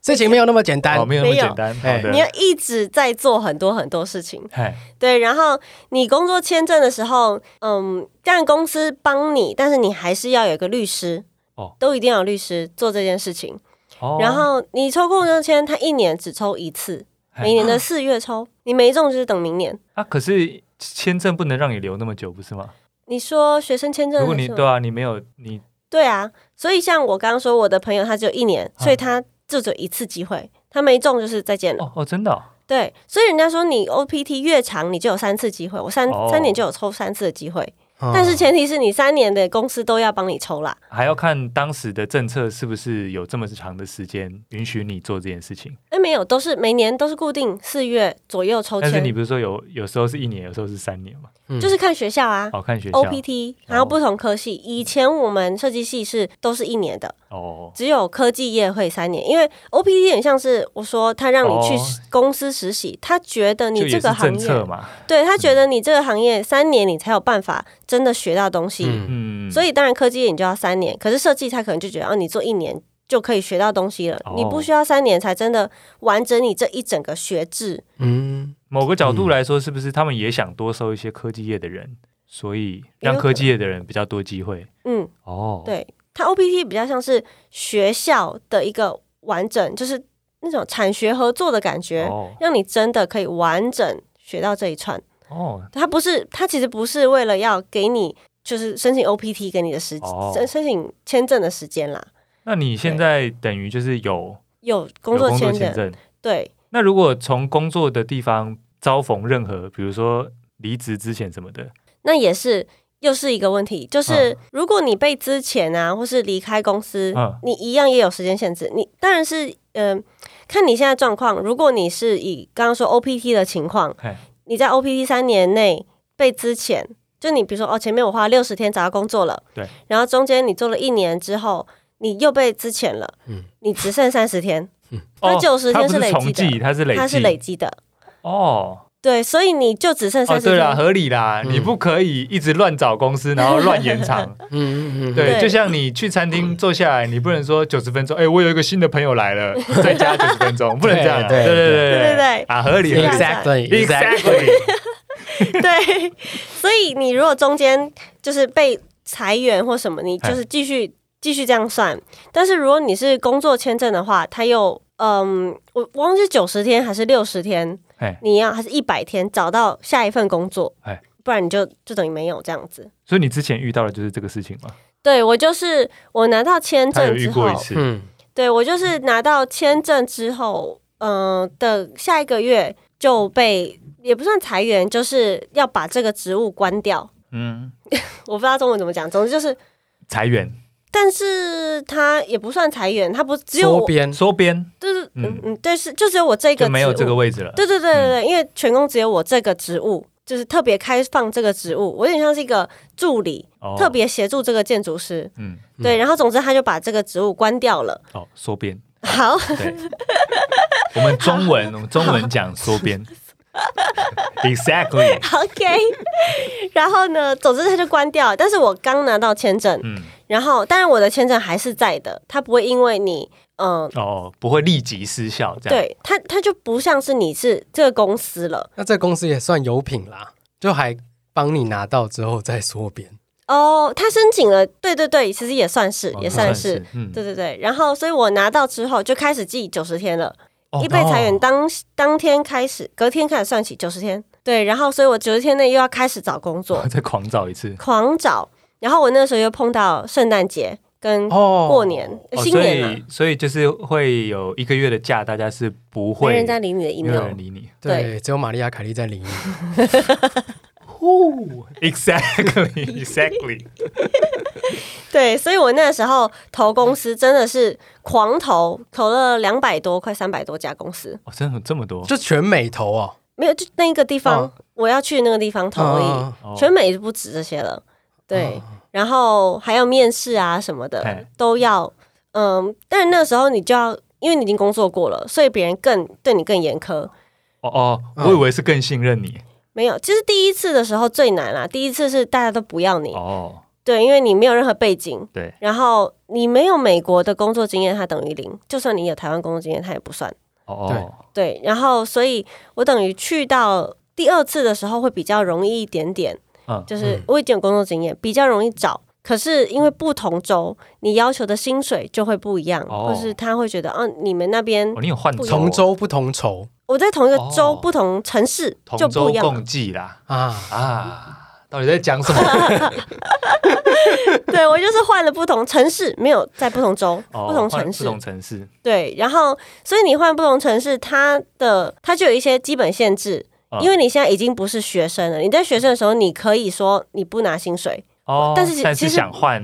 事情没有那么简单哦，，没有那么没有简单。哎好的你要一直在做很多很多事情。哎对，然后你工作签证的时候，嗯，但公司帮你，但是你还是要有一个律师，哦都一定要有律师做这件事情。哦然后你抽工作签，他一年只抽一次，哎每年的四月抽，你没中就是等明年。啊，可是签证不能让你留那么久，不是吗？你说学生签证如还是果吗，你对啊，你没有你对啊，所以像我刚刚说，我的朋友他只有一年，啊所以他就只有一次机会，他没中就是再见了。哦哦，真的哦对，所以人家说你 OPT 越长，你就有三次机会，我三、哦三年就有抽三次的机会，嗯但是前提是你三年的公司都要帮你抽啦。还要看当时的政策是不是有这么长的时间允许你做这件事情。哎，没有，都是每年都是固定四月左右抽但是签你，不是说有有时候是一年，有时候是三年嘛？就是看学校啊。好看哦学校 OPT，然后不同科系，以前我们设计系是都是一年的，哦，只有科技业会三年，因为 OPT 很像是我说他让你去哦公司实习，他觉得就你这也是个行政策业，嘛，嗯对他觉得你这个行业三年你才有办法真的学到东西，嗯嗯，所以以当然科技业你就要三年，可是设计他可能就觉得，哦、你做一年就可以学到东西了，哦你不需要三年才真的完整你这一整个学制。嗯，某个角度来说，是不是他们也想多收一些科技业的人，所以让科技业的人比较多机会？嗯，哦，，对，它 OPT 比较像是学校的一个完整，就是那种产学合作的感觉，哦让你真的可以完整学到这一串。哦，它不是，它其实不是为了要给你就是申请 OPT 给你的时哦申、申请签证的时间啦，那你现在等于就是有有工有作工签作证签，证，对，那如果从工作的地方遭逢任何，比如说离职之前什么的，那也是又是一个问题，就是如果你被资遣啊，或是离开公司，嗯你一样也有时间限制。你当然是嗯、看你现在状况。如果你是以刚刚说 OPT 的情况嘿，你在 OPT 三年内被资遣，就你比如说哦，前面我花六十天找到工作了，对，然后中间你做了一年之后，你又被资遣了，嗯你只剩三十天，哦它90天它不是累积的重计，它是累计，它是累积的，哦。对，所以你就只剩哦，三十对天。啦，合理啦，嗯你不可以一直乱找公司，然后乱延 长。 嗯嗯嗯，对，嗯对就像你去餐厅坐下来，你不能说九十分钟，哎，我有一个新的朋友来 了，再加九十分钟，不能这样啊。对对对对对对对啊，合理合理 Exactly, exactly. ，exactly，对，所以你如果中间就是被裁员或什么，你哎就是继续继续这样算。但是如果你是工作签证的话，它又嗯，我忘记九十天还是六十天 哎，你要还是一百天找到下一份工作哎，不然你就就等于没有这样子。所以你之前遇到的就是这个事情吗？对我就是我拿到签他有证遇之过后一，次，嗯，对我就是拿到签证之后，嗯、的下一个月就被也不算裁员，就是要把这个职务关掉。嗯，我不知道中文怎么讲，总之就是，裁员但是他也不算裁员，他不只有缩我，编，收编就是嗯嗯嗯，对，是就只有我这个就没有职务这个嗯位置了。对对对对对，因为全工只有我这个职务，就是特别开放这个职务，我有点像是一个助理，哦特别协助这个建筑师。嗯对，然后总之他就把这个职务关掉了。 哦，收编。好，对，我们中 文我们中文讲缩编 ，exactly， OK，然后呢，总之他就关掉了。但是我刚拿到签证，嗯，然后当然我的签证还是在的，他不会因为你，嗯、哦，不会立即失效这样。对他他就不像是你是这个公司了那这公司也算有品啦，就还帮你拿到之后再缩编，哦，他申请了，对对对，其实也算是、哦也算算是是，嗯对对对。然后所以我拿到之后就开始记九十天了，哦，一被裁员哦当当天开始，隔天开始算起九十天，对，然后所以我九十天内又要开始找工作我 ，再狂找一次。 狂找。然后我那时候又碰到圣诞节跟哦 过年、呃哦新年啊所以，所以就是会有一个月的假，大家是不会没人在理你的哦没有 email，人理你。对对，只有玛利亚凯莉在领。 Exactly, exactly。对，所以我那时候投公司真的是狂投，投了两百多，快三百多家公司。哦，真的有这么多？ 就全美投哦，没有，就那一个地方，嗯我要去那个地方投而已。嗯哦全美就不止这些了，对。然后还要面试啊什么的嘿都要，嗯，但是那时候你就要，因为你已经工作过了，所以别人更对你更严苛。哦哦，嗯我以为是更信任你。没有，其实第一次的时候最难啦、第一次是大家都不要你，哦，对，因为你没有任何背景，对，然后你没有美国的工作经验，它等于零；就算你有台湾工作经验，它也不算。哦哦，对，然后所以我等于去到第二次的时候会比较容易一点点，嗯就是嗯我已经有工作经验，比较容易找。可是因为不同州，你要求的薪水就会不一样，哦或是他会觉得，哦、你们那边哦，你有换不一样同州不同酬我在同一个州、哦不同城市同就不舟一样了共。济啦啊，啊！到底在讲什么？ 对我就是换了不同城市，没有在不同州、哦 不同换城市不。同城市。对，然后所以你换不同城市，它的它就有一些基本限制啊。因为你现在已经不是学生了，你在学生的时候，你可以说你不拿薪水，哦，但是其但是其实想换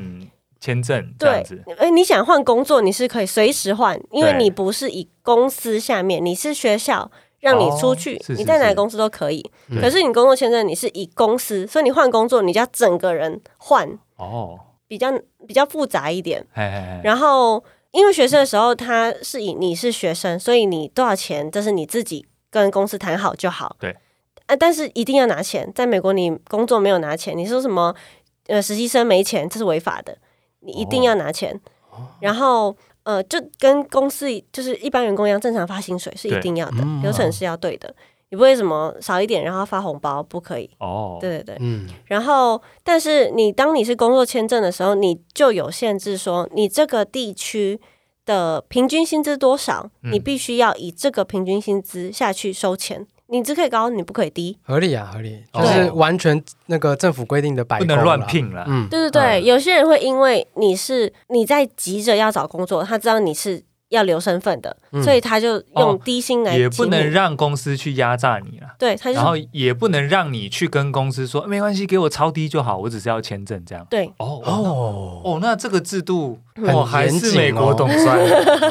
签证这样对子，，哎，你想换工作，你是可以随时换，因为对你不是以公司下面，你是学校让你出去，哦是你在哪是是嗯个公司都可以。对可是你工作签证你是以公司，所以你换工作，你就要整个人换，哦，比较比较复杂一点。嘿嘿嘿，然后因为学生的时候，他是以你是学生，所以你多少钱，这是你自己跟公司谈好就好。对。啊，但是一定要拿钱。在美国，你工作没有拿钱，你说什么呃实习生没钱，这是违法的，你一定要拿钱。哦然后呃，就跟公司就是一般员工一样，正常发薪水是一对定要的，嗯流程是要对的，你不会什么少一点然后发红包不可以。哦，对对对。嗯，然后，但是你当你是工作签证的时候，你就有限制说，你这个地区的平均薪资多少，嗯你必须要以这个平均薪资下去收钱。你只可以高，你不可以低。合理啊，合理，对就是完全那个政府规定的白不宫能啦乱，聘啦。嗯，对对对，嗯有些人会因为你是你在急着要找工作，他知道你是要留身份的，嗯所以他就用哦低薪来也激不你能让公司去压榨你啦。对，他就然后是也不能让你去跟公司说没关系，给我超低就好，我只是要签证这样。对哦哦哦，哦，那这个制度很哦还严是谨美国哦懂算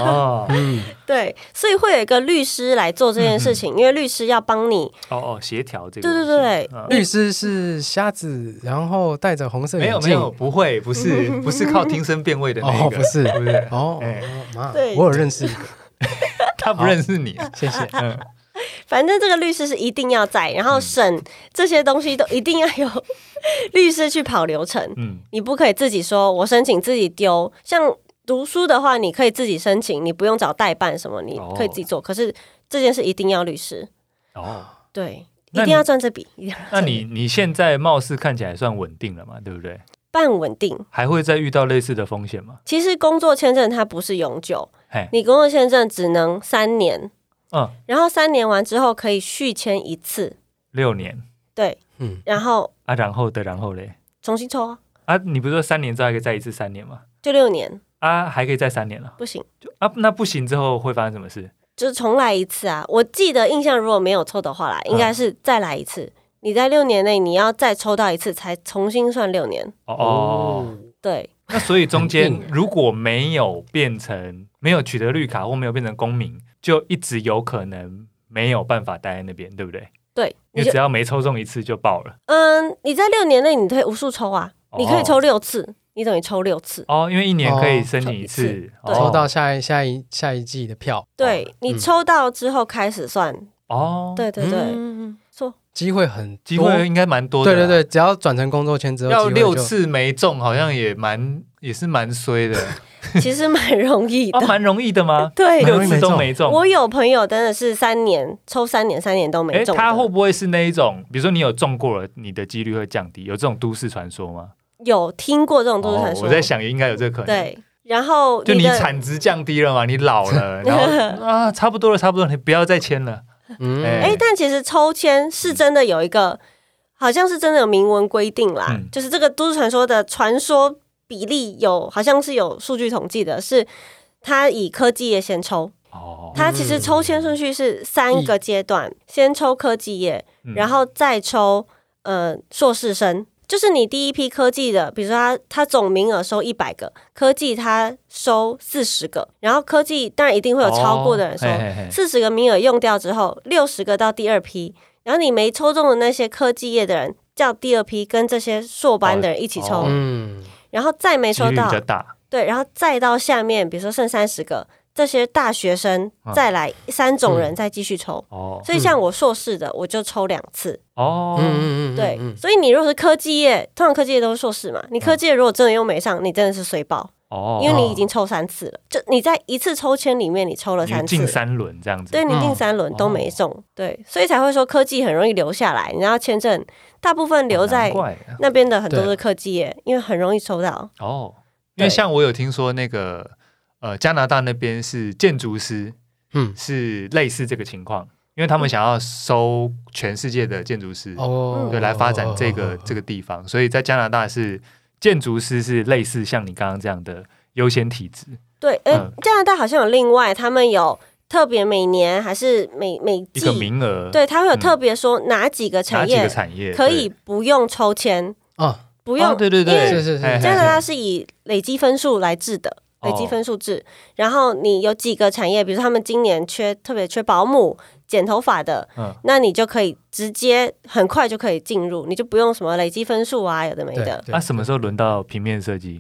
哦嗯，对，所以会有一个律师来做这件事情，因为律师要帮你哦哦，协调这个东对对西。对嗯律师是瞎子，然后戴着红色没有眼没镜，有，不会，不是 不是靠听声辨位的那哦，个，不 是，不是哦哎，妈，对我有认识一个，他不认识你。谢 谢。嗯，反正这个律师是一定要在，然后审这些东西都一定要有律师去跑流程，嗯，你不可以自己说我申请自己丢。像读书的话，你可以自己申请，你不用找代办什么，你可以自己做。可是这件事一定要律师，哦，对，一那定你要赚这笔，一定要赚这那笔你你现在貌似看起来算稳定了嘛，对不对？半稳定。还会再遇到类似的风险吗？其实工作签证它不是永久，嘿，你工作签证只能三年，嗯，然后三年完之后可以续签一次，六年对，嗯，然后啊，然后的然后嘞重新抽啊，啊，你不是说三年之后还可以再一次三年吗？就六年啊，还可以再三年了不行。啊？那不行之后会发生什么事？就是重来一次啊！我记得印象如果没有错的话嗯啦，应该是再来一次。你在六年内你要再抽到一次，才重新算六年。哦哦，，对，那所以中很间硬如果没有变成没有取得绿卡或没有变成公民，就一直有可能没有办法待在那边，对不对？对，因你为就只要没抽中一次就爆了嗯，你在六年内你可以无数抽啊，哦你可以抽六次，你等于抽六次。哦，因为一年可以申请哦一次，对抽到哦下一下一下一季的票，对你嗯抽到之后开始算，哦，对对对，嗯，错机会很多机会，应该蛮多的对啦，对对，只要转成工作签之后，要机会六就，次没中，好像也蛮也是蛮衰 的，其实蛮容易哦，的。蛮容易的吗？ 对， 六次都没中，我有朋友真的是三年抽三年，三年都没哎，中的。他会不会是那一种，比如说你有中过了，你的几率会降低？有这种都市传说吗？有听过这种都市传哦，说？我在想应该有这个可能。，对，然后就你的产值降低了嘛，你老 了，然后啊，差不多了，差不多了，你不要再签了。嗯，哎哎、但其实抽签是真的有一个，好像是真的有明文规定啦，嗯就是这个都市传说的传说比例有，好像是有数据统计的，是它以科技业先抽，哦，它其实抽签顺序是三个阶段，先抽科技业，嗯然后再抽呃硕士生。就是你第一批科技的，比如说它它总名额收一百个，科技它收四十个，然后科技当然一定会有超过的人收，哦嘿嘿嘿四十个名额用掉之后，六十个到第二批，然后你没抽中的那些科技业的人，叫第二批跟这些硕班的人一起抽，哦嗯，然后再没几抽率比到，较大。对，然后再到下面，比如说剩三十个，这些大学生再来三种人再继续抽。哦所以像我硕士的，我就抽两次，哦，嗯嗯嗯，对，嗯所以你如果是科技业，通常科技业都是硕士嘛，你科技业如果真的又没上，你真的是随报，嗯哦，因为你已经抽三次了，就你在一次抽签里面你抽了你三次进了，三哦轮这样子。对你定嗯三轮都没中，对，所以才会说科技很容易留下来。你要签证，大部分留哦难在怪那边的很多对是科技业，因为很容易抽到。哦，因对为像我有听说那个呃加拿大那边是建筑师嗯，是类似这个情况，因为他们想要收全世界的建筑师，哦，嗯对，来发展这个这个，个地方，所以在加拿大是建筑师是类似像你刚刚这样的优先体制。对，呃，嗯加拿大好像有另外，他们有特别每年还是每每一个季，名额，对，他会有嗯特别说哪几个哪产几业个产业可以不用抽签，啊，不不用、哦对对对，因为是 嘿嘿嘿加拿大是以累积分数来制的，哦累积分数制。然后你有几个产业，比如说他们今年缺特别缺保姆、剪头发的，嗯那你就可以直接很快就可以进入，你就不用什么累积分数啊，有的没对的，，那、什么时候轮到平面设计？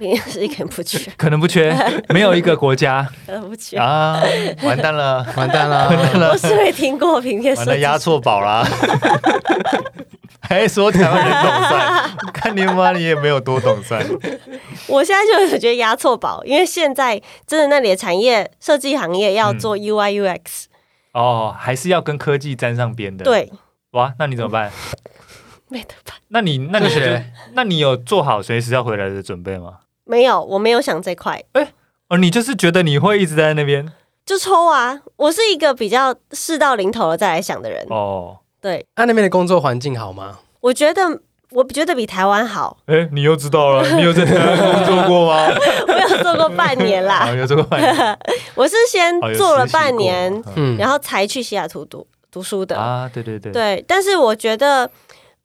平时一点不缺， 可能不缺，没有一个国家呃不缺。 啊，完蛋了，完蛋 啦，我是没听过平 面设完了计压师，错宝 啦。还说台湾人懂算，看你妈你也没有多懂 算。我现在就有觉得压错宝，因为现在真的那里的产业设计行业要做嗯 UI UX，、哦，还是要跟科技沾上边的。，对，哇，那你怎么办？没得办，那你那你不学就那你有做好随时要回来的准备吗？没有，我没有想这块，哦，你就是觉得你会一直在那边就抽啊！我是一个比较事到临头了再来想的人，哦，对那那边的工作环境好吗？我觉得我觉得比台湾好，哎，你又知道 了，你有在台湾工作过吗？ 我有做过半年啊， 啦，有这个办法，我是先哦有做了实习半过年，嗯嗯，然后才去西雅图读读书的。啊，对对对，对，但是我觉得，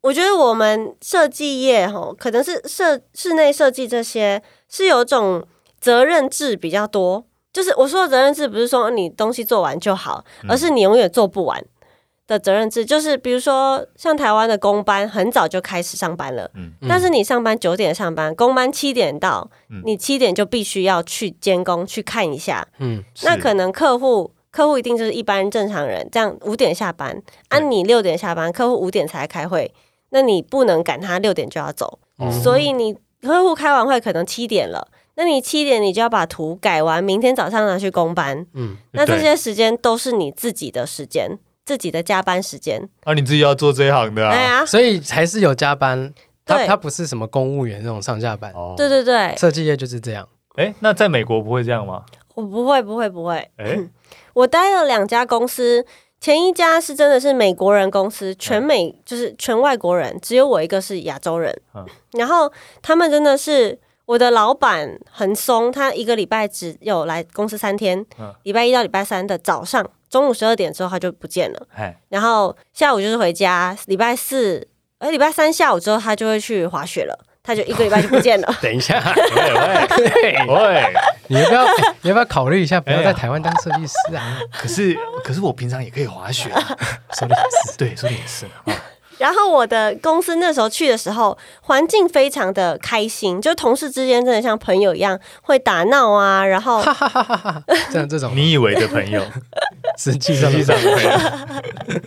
我觉得我们设计业哈，可能是设室内设计这些是有种责任制比较多。就是我说的责任制，不是说你东西做完就好，嗯而是你永远做不完的责任制。就是比如说，像台湾的公班很早就开始上班了，嗯但是你上班九点上班，公班七点到嗯，你七点就必须要去监工去看一下，嗯那是可能客户客户一定就是一般正常人，这样五点下班，按、对你六点下班，客户五点才开会，那你不能赶他六点就要走，哦嗯所以你客户开完会可能七点了，那你七点你就要把图改完，明天早上拿去公班，嗯那这对些时间都是你自己的时间。自己的加班时间，啊，你自己要做这一行的哎啊，呀，所以还是有加班，他对他不是什么公务员那种上下班，哦对，对对，设计业就是这样。哎，那在美国不会这样吗？我不会不会不会，哎，我待了两家公司，前一家是真的是美国人公司，全嗯美、就是全外国人，只有我一个是亚洲人。嗯 然后他们真的是我的老板很松，他一个礼拜只有来公司三天嗯，礼、拜一到礼拜三的早上，中午十二点之后他就不见了， 哎，然后下午就是回家，礼拜四，哎，礼拜三下午之后他就会去滑雪了，他就一个礼拜就不见了。等一下，喂喂喂，你要不 要你要不要考虑一下，不要哎呀在台湾当设计师啊？可是可是我平常也可以滑雪啊， 说的是，对，说的也是啊，然后我的公司那时候去的时候，环境非常的开心，就同事之间真的像朋友一样会打闹啊，然后像这种你以为的朋 友，实际实上际上的朋友，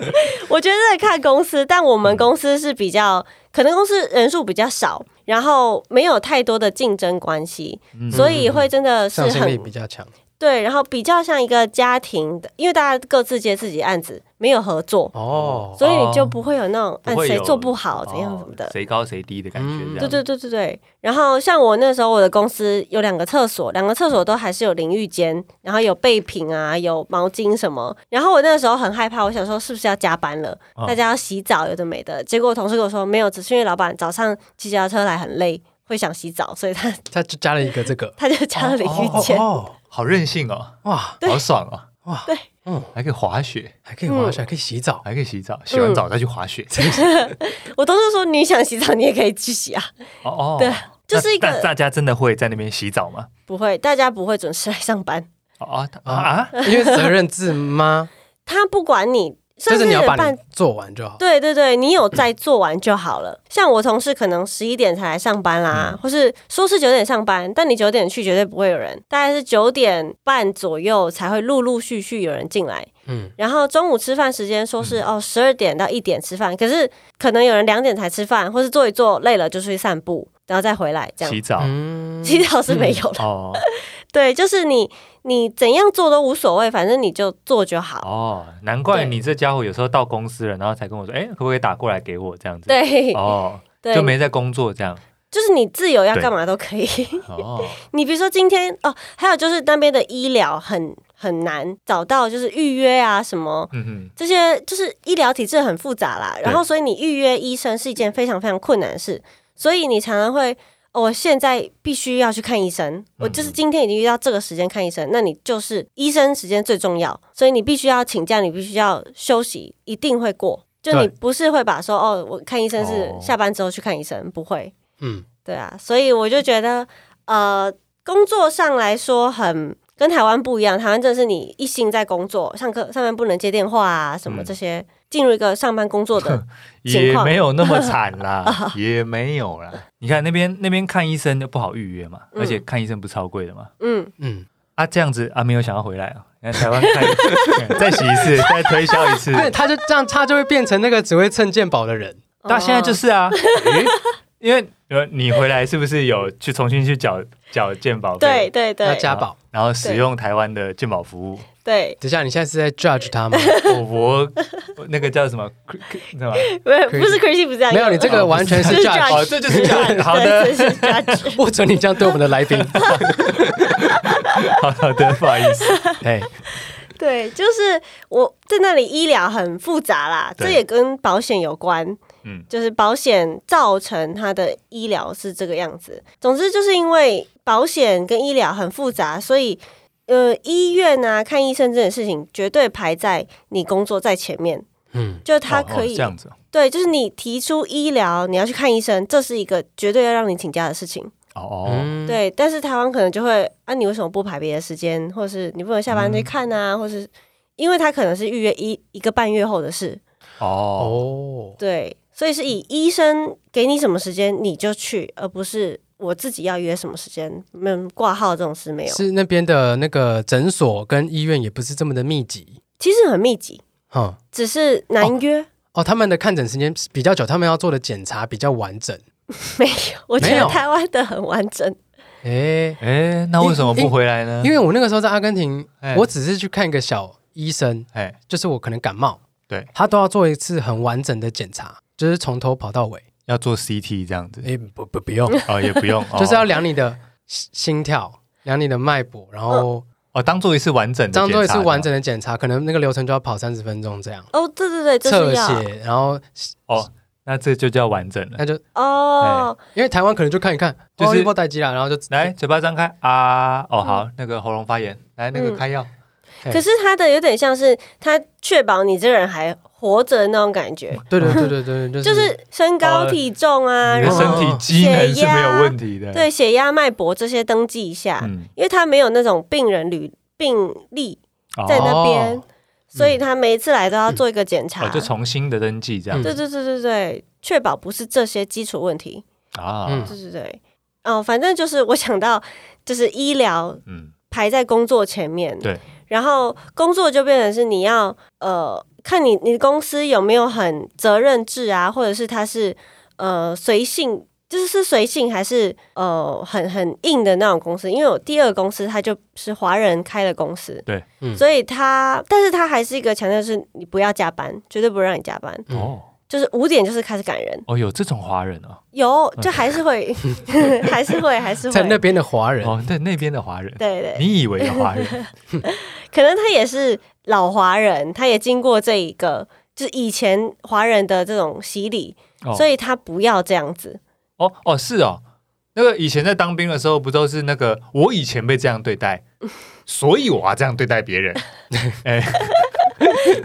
我觉得这看公司，但我们公司是比较可能公司人数比较少，然后没有太多的竞争关系，嗯所以会真的是上心力很比较强对，然后比较像一个家庭的，因为大家各自接自己案子，没有合作，哦。所以你就不会有那种不按会谁有做不好怎样哦什么的。谁高谁低的感觉，这样嗯对对对对对。然后像我那时候，我的公司有两个厕所，两个厕所都还是有淋浴间，然后有备品啊，有毛巾什么。然后我那时候很害怕，我想说是不是要加班了，哦大家要洗澡，有的没的。结果我同事跟我说没有，只是因为老板早上骑脚踏车来很累，会想洗澡，所以他，他就加了一个这个他就加了淋浴间。哦，好任性哦，哇好爽哦，哇，对，嗯，还可以滑雪，还可以滑嗯雪，还可以洗澡，还可以洗澡，洗完澡再去滑 雪，我同事说你想洗澡，你也可以去洗啊，哦哦，对啊那，就是一个但大家真的会在那边洗澡吗？不会，大家不会准时来上班，哦啊啊，因为责任制 吗？他不管你，就甚是至你要把办你做完就好。对对对，你有在做完就好了。像我同事可能十一点才来上班啦，嗯或是说是九点上班，但你九点去绝对不会有人，大概是九点半左右才会陆陆续续有人进来。嗯，然后中午吃饭时间说嗯是、哦十二点到一点吃饭，可是可能有人两点才吃饭，或是坐一坐累了就出去散步，然后再回来这样洗。澡嗯洗澡是没有了，哦对，就是你你怎样做都无所谓，反正你就做就好。哦，难怪对你这家伙有时候到公司了，然后才跟我说，哎，可不可以打过来给我这样子？，对，哦，对，就没在工作这样。 就是你自由要对干嘛都可以。哦，你比如说今天哦，还有就是那边的医疗很很难找到，就是预约啊什么嗯哼，这些，就是医疗体制很复杂啦。然后所以你预约医生是一件非常非常困难的事，所以你常常会。哦我现在必须要去看医生，我就是今天已经遇到这个时间看医生，那你就是医生时间最重要，所以你必须要请假，你必须要休息，一定会过。就你对不是会把说哦，我看医生是哦下班之后去看医生，不会，嗯，对啊，所以我就觉得，呃，工作上来说很跟台湾不一样，台湾真的是你一心在工作，上课上班不能接电话啊，什么嗯这些，进入一个上班工作 的情也况啊没有那么惨 啦，也没有啦。你看那边那边看医生就不好预约嘛，嗯而且看医生不超贵的嘛。嗯，嗯，啊，这样子啊，没有想要回来啊。你看台湾看，再洗一次，再推销一 次。对，哎他就这样，他就会变成那个只会蹭鉴宝的人。但现在就是啊，哦 诶因为呃，你回来是不是有去重新去缴缴健保哦对费？对要对加保。然后使用台湾的健保服务。对， 等一下，你现在是在 judge 他吗？我我那个叫什么？什么？不是不是 Chrissy 不是这样用的，没有，你这个完全是 judge，哦，这就是好的对，这是 judge，不准你这样 对我们的来宾。好的，不好意 思。哎，对，就是我在那里医疗很复杂啦，对这也跟保险有关。嗯就是保险造成它的医疗是这个样子。总之，就是因为保险跟医疗很复杂，所以呃，医院啊看医生这件事情绝对排在你工作在前面。嗯，就它哦哦可以、这样子哦对，就是你提出医疗，你要去看医生，这是一个绝对要让你请假的事情。哦哦，嗯，对，但是台湾可能就会啊，你为什么不排别的时间，或是你不能下班去看啊，或是因为它可能是预约一一个半月后的事，哦，哦，对，所以是以医生给你什么时间你就去，而不是我自己要约什么时间，嗯，挂号这种事没有，是那边的那个诊所跟医院也不是这么的密集，其实很密集，哈、只是难约，哦，他们的看诊时间比较久，他们要做的检查比较完整。没有，我觉没得有台湾的很完整，诶，哎，那为什么不回来呢因？为我那个时候在阿根廷，哎我只是去看一个小医生，哎，就是我可能感冒，对他都要做一次很完整的检查，就是从头跑到尾。要做 CT 这样子诶，不不不用，哦，也不用，哦 就是要量你的心心跳，量你的脉搏，然后哦，当做一次完整的检查，当做一次完整的检查，可能那个流程就要跑三十分钟这样。哦，对对对，就是测要血，然后哦，那这就叫完整了。那就哦，因为台湾可能就看一看，就是哦又不待机了，然后就哎来，嘴巴张开啊！哦，嗯好，那个喉咙发炎，来那个开药。对可是他的有点像是他确保你这个人还活着的那种感觉，对对对对对，对就是身高、哦体重啊，你的然身后体机能是没有问题的。，对血压、脉搏这些登记一下，嗯，因为他没有那种病人履病历哦嗯在那边，哦所以他每一次来都要做一个检查。哦，就重新的登记这样嗯对对对对对，确保不是这些基础问题。啊嗯，对对对，哦，反正就是我想到就是医疗嗯，排在工作前面，对，然后工作就变成是你要呃，看你你公司有没有很责任制啊，或者是它是呃随性，就是是随性还是呃很很硬的那种公司？因为我第二个公司它就是华人开的公司，对，嗯所以它但是它还是一个强调是你不要加班，绝对不让你加班，嗯哦，就是五点就是开始赶人，哦，有这种华人哦，有就还是会 还是会还是 在那会，边的华人，哦，对，那边的华人，对对，你以为的华 人，可能他也是老华人，他也经过这一个，就是以前华人的这种洗礼，哦所以他不要这样子。 哦哦是哦，那个以前在当兵的时候，不都是那个我以前被这样对 待，所以我要这样对待别人。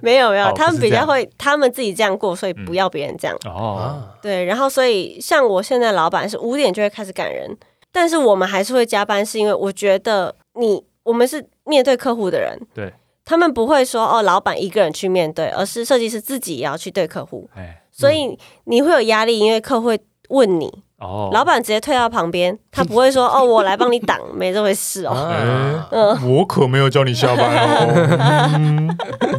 没有没有，哦他不们是比这较样会，他们自己这样过，所以不要别人这样。哦，啊，对，然后所以像我现在老板是五点就会开始赶人，但是我们还是会加班，是因为我觉得你我们是面对客户的人，对他们不会说哦，老板一个人去面对，而是设计师自己也要去对客户，哎，所以你会有压力，因为客户会问你。哦，老板直接退到旁边， 他不会说哦，我来帮你挡，没这回事哦。哎啊哎我可没有叫你下班哦，嗯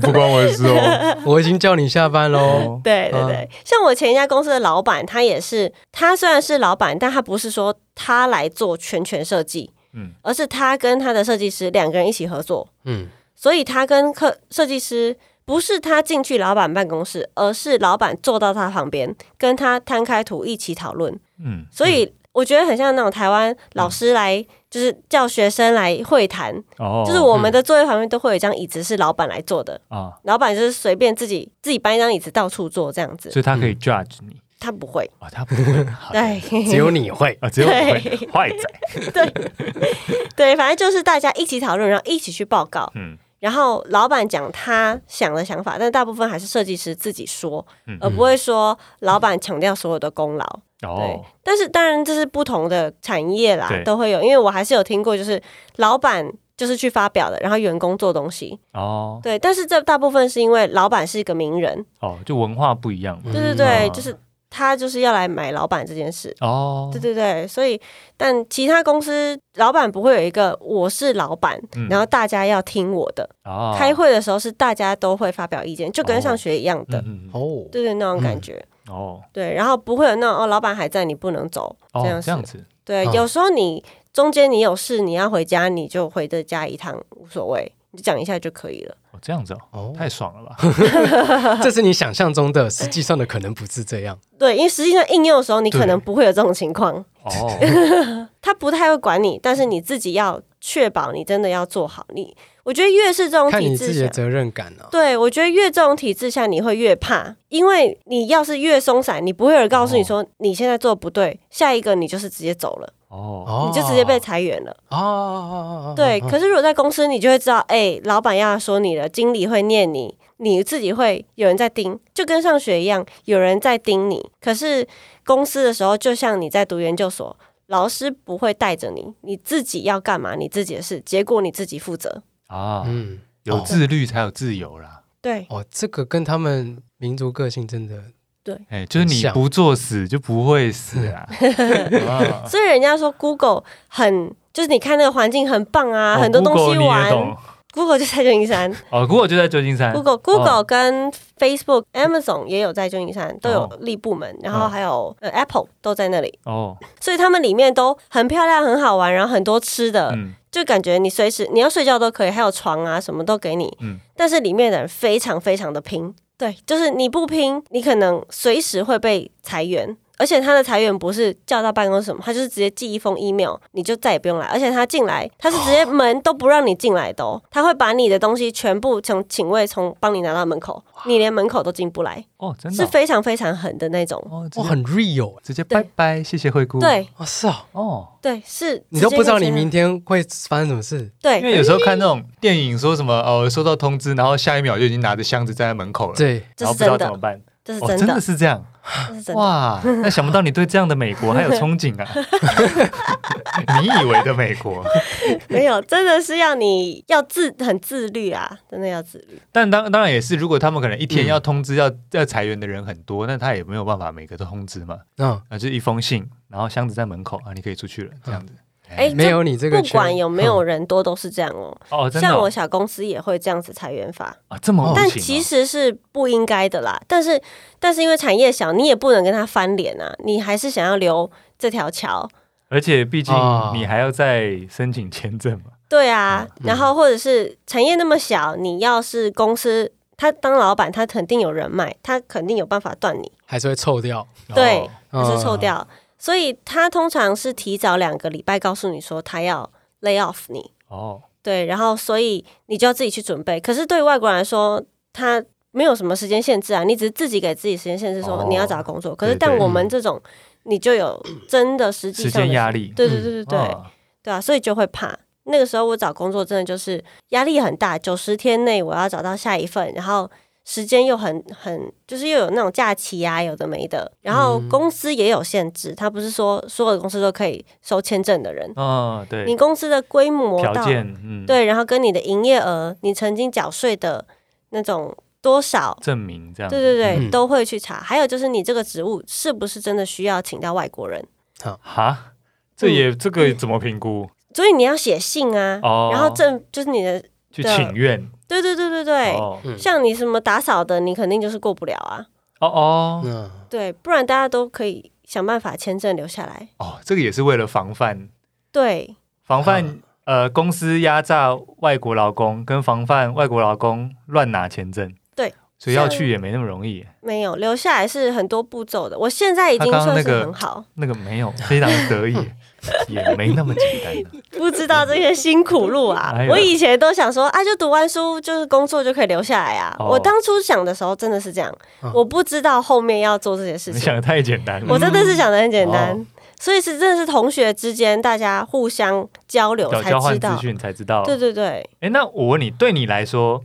不关我的事哦。 我已经叫你下班喽， 对对嗯啊对，像我前一家公司的老板，他也是，他虽然是老板，但他不是说他来做全权设计，嗯而是他跟他的设计师两个人一起合作，嗯，所以他跟客设计师不是他进去老板办公室，而是老板坐到他旁边，跟他摊开图一起讨论。嗯，所以我觉得很像那种台湾老师来，就是叫学生来会谈，哦，就是我们的座位旁边都会有一张椅子是老板来坐的，啊，老板就是随便自己自己搬一张椅子到处坐这样子，所以他嗯可以 judge 你他不会，哎哦，他不会，好的对只有 你会，啊，只有我 对会坏仔， 对，反正就是大家一起讨论，然后一起去报告，嗯然后老板讲他想的想法，但大部分还是设计师自己说嗯，而不会说老板强调所有的功劳。对哦，，但是当然这是不同的产业啦对，都会有，因为我还是有听过，就是老板就是去发表的，然后员工做东西，哦对，但是这大部分是因为老板是一个名人，哦，就文化不一样嘛。对对嗯对，啊就是他就是要来买老板这件事。哦，对对对，所以但其他公司老板不会有一个我是老板，嗯然后大家要听我的。哦开会的时候是大家都会发表意见，就跟哦上学一样的，嗯嗯嗯哦，对对那种感觉。哦对，然后不会有那种哦，老板还在，你不能走哦这样这子。样子对，嗯有时候你中间你有事，你要回家，你就回的家一趟，无所谓，你就讲一下就可以了。哦这样子哦，哦，太爽 了吧？这是你想象中的，实际上的可能不是这样。对，因为实际上应用的时候，你可对能不会有这种情况。哦他不太会管你，但是你自己要确保你真的要做好。你我觉得越是这种看体你自制己下的，责任感啊。对我觉得越这种体制下，你会越怕，因为你要是越松散，你不会有人告哦诉你说、你现在做不对，下一个你就是直接走了，哦，哦你就直接被裁员了。哦嗯哦哦哦哦，对，哦可是如果在公司，你就会知道，哎、老板要说你了，经理会念你，你自己会有人在盯，就跟上学一样，有人在盯你。可是公司的时候，就像你在读研究所，老师不会带着你，你自己要干嘛，你自己的事，结果你自己负责。啊，嗯，有自律才有自由啦。对，哦，这个跟他们民族个性真哦的哎，就是很你像不作死就不会死 啊。啊所以人家说 Google 很，就是你看那个环境很棒 啊，哦很多东 Google 西你也玩。懂 Google 就在旧 金山哦，Google 就在旧金山。 ，Google 嗯 Google 跟 Facebook、Amazon 也有在旧金山，都有哦立部门，然后还有、呃 Apple 都在那里。哦，所以他们里面都很漂亮、很好玩，然后很多吃的，嗯，就感觉你随时你要睡觉都可以，还有床啊什么都给你。嗯但是里面的人非常非常的拼，对，就是你不拼，你可能随时会被裁员。而且他的裁员不是叫到办公室什么，他就是直接寄一封 email，你就再也不用来。而且他进来，他是直接门都不让你进来的哦，他会把你的东西全部从请位从帮你拿到门口，你连门口都进不来，哦，真的是哦非常非常狠的那种。哦，直我接很 real 直接对拜拜，谢谢惠顾。，对啊，是啊，哦，对，是你都不知道直你接会这样明天会发生什么事，对，因为有时候看那种电影，说什么哦，收到通知，然后下一秒就已经拿着箱子站在门口了，对，这然后是不知道怎真么的，办。这是哦，真真的的，是这样这是真的。哇！那想不到你对这样的美国 还有憧憬啊！你以为的美 国，没有，真的是要你要自很自律啊，真的要自律。但当当然也是，如果他们可能一天嗯要通知要、要裁员的人很多，那他也没有办法每个都通知嘛，嗯，啊，就是一封信，然后箱子在门口啊，你可以出去了这样子。哎、没有你这个不圈嗯管有没有人多都是这样哦。嗯哦，真的像哦、我小公司也会这样子裁员法，啊，这么无情、哦。但其实是不应该的啦。但是但是因为产业小，你也不能跟他翻脸啊，你还是想要留这条桥。而且毕竟哦你还要再申请签证嘛。对哦啊，嗯然后或者是产业那么小，你要是公司他当老板，他肯定有人脉，他肯定有办法断你。还是会臭掉，对哦可是抽嗯，掉。所以他通常是提早两个礼拜告诉你说他要 lay off 你，哦，对，然后所以你就要自己去准备。可是对于外国人来说，他没有什么时间限制啊，你只是自己给自己时间限制，说哦你要找工作。可是对但对我们这种，你就有真的实际时上的间压力。对对对对对、哦对啊，所以就会怕。那个时候我找工作真的就是压力很大，九十天内我要找到下一份，然后时间又很很，就是又有那种假期啊，有的没的。然后嗯公司也有限制，它不是说所有的公司都可以收签证的人，哦，对，你公司的规模条到件，嗯，，对，然后跟你的营业额，你曾经缴税的那种多少，证明这样子。对对对，嗯都会去查。还有就是你这个职务是不是真的需要请到外国人？哈，这也这个怎么评估？所以你要写信啊，哦然后证就是你的，去对请愿。对对对对对，哦嗯像你什么打扫的，你肯定就是过不了啊。哦哦嗯，对，不然大家都可以想办法签证留下来。哦，这个也是为了防范对，防范嗯呃公司压榨外国劳工，跟防范外国劳工乱拿签证。对，所以要像去也没那么容易。没有留下来是很多步骤的。我现在已他经刚刚算那是个很好，那个没有，非常得 意，也没那么简单的。不知道这些辛苦路啊。 哎呀我以前都想说啊，就读完书就是工作就可以留下来啊。哦我当初想的时候真的是这样，嗯我不知道后面要做这些事你情想，的太简单 我了。真的是想的很简单。哦所以是真的是同学之间大家互相交流找才交知换资道，讯才知道。对对对，哎，那我问你，对你来说，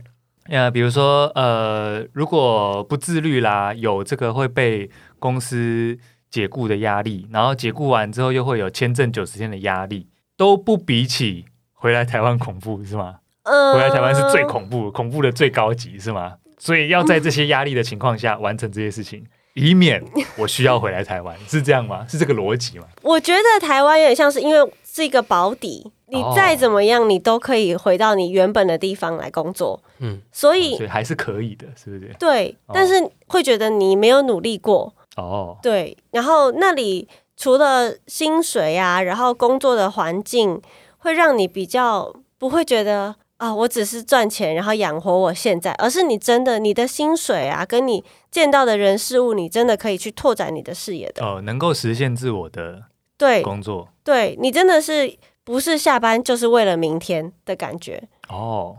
呃，比如说，呃，如果不自律啦，有这个会被公司解雇的压力，然后解雇完之后又会有签证九十天的压力，都不比起回来台湾恐怖是吗？嗯回来台湾是最恐怖，恐怖的最高级是吗？所以要在这些压力的情况下完成这些事情，以免我需要回来台湾，是这样吗？是这个逻辑吗？我觉得台湾有点像是因为是一个保底，你哦再怎么样，你都可以回到你原本的地方来工作，嗯，所哦所以以还是可以的，是不是？对，哦但是会觉得你没有努力过，哦，对，然后那里除了薪水啊，然后工作的环境会让你比较不会觉得。啊，我只是赚钱，然后养活我现在，而是你真的你的薪水啊，跟你见到的人事物，你真的可以去哦拓展你的视野的。呃，能够实现自我的对，工作，对你真的是不是下班就是为了明天的感觉。哦，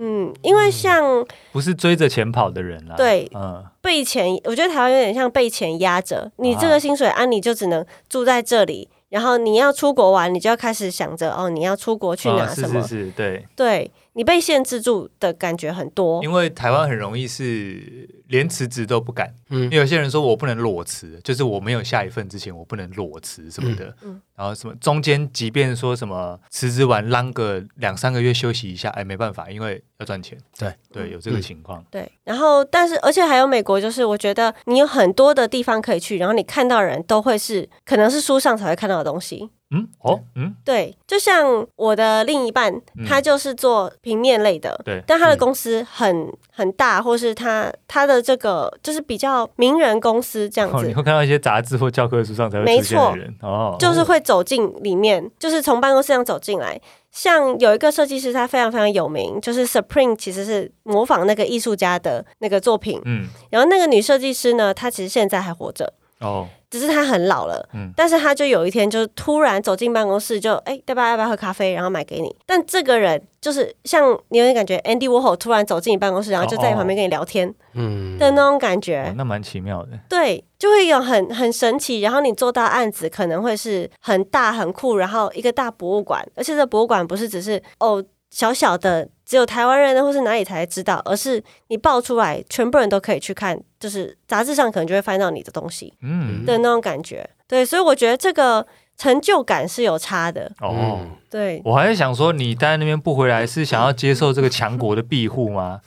嗯，因为像不是追着钱跑的人啦。对嗯，被钱，我觉得台湾有点像被钱压着，你这个薪水啊，你就只能住在这里，然后你要出国玩，你就要开始想着哦，你要出国去啊拿是什么，是是，对，对你被限制住的感觉很多。因为台湾很容易是连辞职都不敢，嗯因为有些人说我不能裸辞，就是我没有下一份之前我不能裸辞什么的，嗯嗯然后什么中间即便说什么辞职完浪个两三个月休息一下，哎，没办法，因为要赚钱，对对，有这个嗯情况，对，然后但是而且还有美国，就是我觉得你有很多的地方可以去，然后你看到的人都会是可能是书上才会看到的东西。嗯，哦，嗯，对，就像我的另一半，嗯他就是做平面类的，对但他的嗯公司很、很大，或是他他的这个就是比较名人公司这样哦，子你，会看到一些杂志或教科书上才会没出现错的人，哦，就是会走进里面，就是从办公室这样走进来。像有一个设计师，他非常非常有名，就是 Supreme 其实是模仿那个艺术家的那个作品。嗯，然后那个女设计师呢，她其实现在还活着，哦，只是她很老了。嗯但是她就有一天就是突然走进办公室就，哎，要不要要不要喝咖啡，然后买给你。但这个人就是像你有点感觉 Andy Warhol 突然走进你办公室，然后就在你旁边跟你聊天哦嗯，的那种感觉。哦那蛮奇妙的，对，就会有很很神奇。然后你做到案子可能会是很大很酷，然后一个大博物馆，而且这博物馆不是只是哦小小的，只有台湾人或是哪里才知道，而是你爆出来，全部人都可以去看，就是杂志上可能就会翻到你的东西嗯，的那种感觉。对，所以我觉得这个成就感是有差的。哦。嗯对，我还在想说，你待在那边不回来，是想要接受这个强国的庇护吗？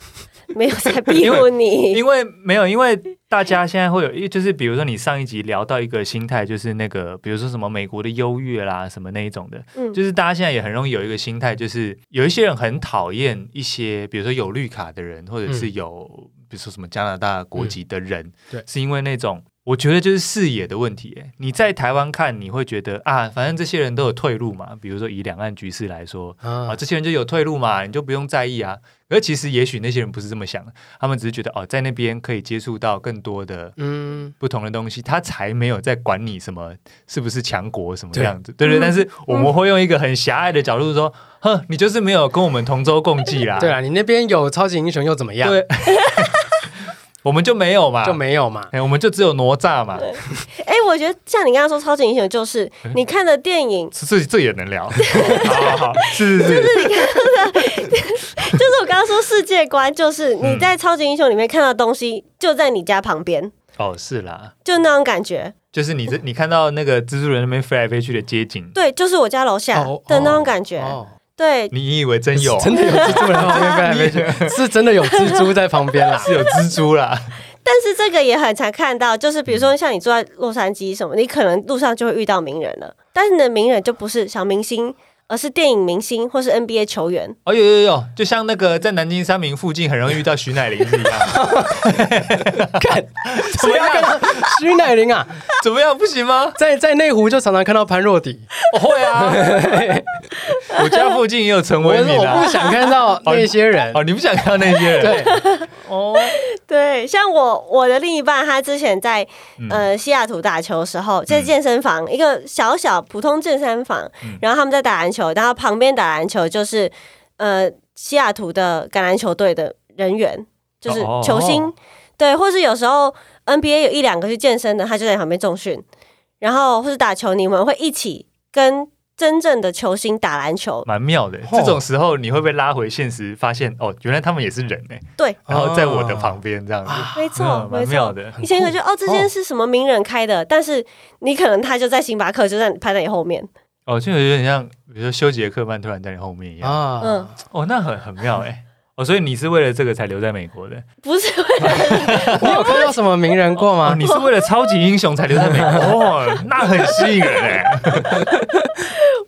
没有 在逼因迫你。因为没有，因为大家现在会有，就是比如说你上一集聊到一个心态，就是那个比如说什么美国的优越啦，什么那一种的，嗯就是大家现在也很容易有一个心态，就是有一些人很讨厌一些，比如说有绿卡的人，或者是有、比如说什么加拿大国籍的人，对是因为那种。我觉得就是视野的问题。哎你在台湾看，你会觉得啊，反正这些人都有退路嘛。比如说以两岸局势来说，啊，啊，这些人就有退路嘛，你就不用在意啊。而其实也许那些人不是这么想，他们只是觉得哦，在那边可以接触到更多的嗯，不同的东西，他才没有在管你什么是不是强国什么这对样子，对对。嗯但是我们会用一个很狭隘的角度说，哼，你就是没有跟我们同舟共济啦，对啊，你那边有超级英雄又怎么样？对， 我们就没有嘛，就没有嘛。哎，我们就只有哪吒嘛，哎、我觉得像你刚刚说超级英雄，就是嗯你看的电影，这这这也能聊，好好好，是是是，就是我刚刚说世界观，就是嗯你在超级英雄里面看到的东西就在你家旁边，哦，是啦。就那种感觉。就是你这，你看到那个蜘蛛人那边飞来飞去的街景，对，就是我家楼下哦的那种感觉。哦，对，你以为真有？哦真的有蜘蛛 人旁边飞来飞去，是真的有蜘蛛在旁 边啦。是有蜘蛛啦，但是这个也很常看到，就是比如嗯说像你住在洛杉矶什么，你可能路上就会遇到名人了，但是你的名人就不是小明星，而是电影明星或是 NBA 球员。哦有有有，就像那个在南京三明附近很容易遇到徐乃麟一 样，看，怎么样？徐乃麟啊，怎么样？不行吗？在在内湖就常常看到潘若迪，我会啊， 我家附近也有陈我伟是敏我啊不。想 看到那些人。哦，你不想看到那些人？ 对，哦，对，像我我的另一半，他之前在嗯呃西雅图打球的时候，在健身房、一个小小普通健身房，嗯然后他们在打篮球，然后旁边打篮球就是呃西雅图的橄榄球队的人员，就是哦球星，哦对，或是有时候 NBA 有一两个去健身的，他就在旁边重训，然后或是打球，你们会一起跟真正的球星打篮球，蛮妙的。这种时候你会被拉回现实，发现哦，原来他们也是人哎，对，然后在我的旁边这样子，没嗯，错哦没 蛮错妙。的。以前可能就哦，这间是什么名人开的，但是你可能他就在星巴克，就在排在你后面。哦，就有点像，比如说修杰克曼突然在你后面一样。啊，嗯，哦，那很很妙哎。 哦，所以你是为了这个才留在美国的？不是， 你有看到什么名人过哦，吗？你是为了超级英雄才留在美国？哦，那很吸引人 哎。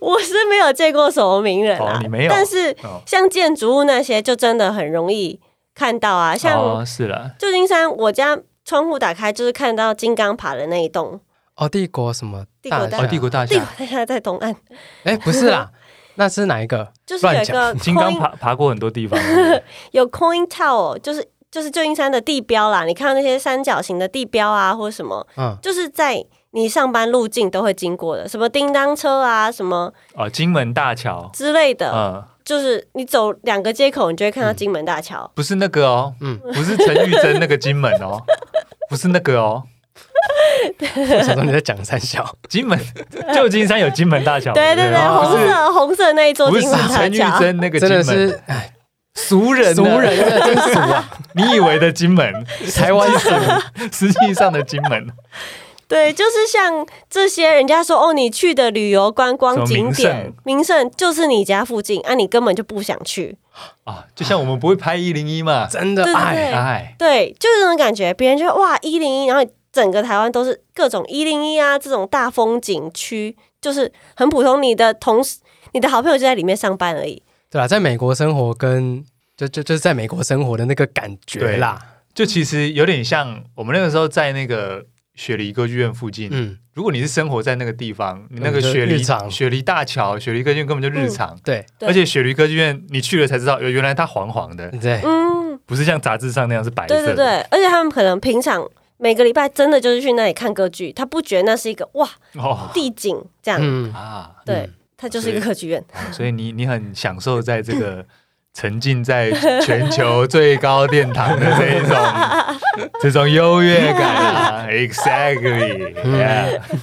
我是没有见过什么名人啊，哦你没有但是哦像建筑物那些，就真的很容易看到啊。像哦，是啦，旧金山，我家窗户打开就是看到金刚爬的那一栋，哦，帝国什么帝国大哦，厦？帝国大帝国厦，大厦在东岸，哎，不是啦，那是哪一个？就是有一个金刚 coin 爬爬过很多地方， 有 coin tower，就是 就是旧金山的地标啦。你看到那些三角形的地标啊，或者什么，嗯，就是在你上班路径都会经过的，什么叮当车啊，什么哦，金门大桥，之类的，嗯，就是你走两个街口，你就会看到金门大桥。不是那个哦，嗯不是陈玉珍那个金门哦，不是那个哦，我想说你在讲三小，金门旧金山有金门大桥，对对不对，哦红色红色那一座嗯不金是啊门大陈玉 桥，珍那个金真的门，是哎俗人啊俗人，真的真俗啊！ 你以为的金 门，台湾俗，实际上的金门，对，就是像这些人家说哦，你去的旅游观什光么景名点胜名胜就是你家附近啊，你根本就不想去。啊，就像我们不会拍一零一嘛，真的对对哎，对哎，对，就是那种感觉，别人就哇一零一，然后整个台湾都是各种一零一啊这种大风景区，就是很普通。你的同事、你的好朋友就在里面上班而已。对啦，在美国生活跟就就就是在美国生活的那个感觉啦，就其实有点像我们那个时候在那个雪梨歌剧院附近，嗯，如果你是生活在那个地方，你那个嗯就雪梨日常雪梨大桥、雪梨歌剧院根本就日常。对嗯对而且雪梨歌剧院，你去了才知道，哦原来它黄黄的，对，嗯，不是像杂志上那样是白色对的。对对，而且他们可能平常每个礼拜真的就是去那里看歌剧，他不觉得那是一个哇对，哦地景这样，嗯，啊，对，它就是一个歌剧院。 所以你你很享受在这个 沉浸在全球最高殿堂的这一种 这种优越感啊，exactly，、yeah, 嗯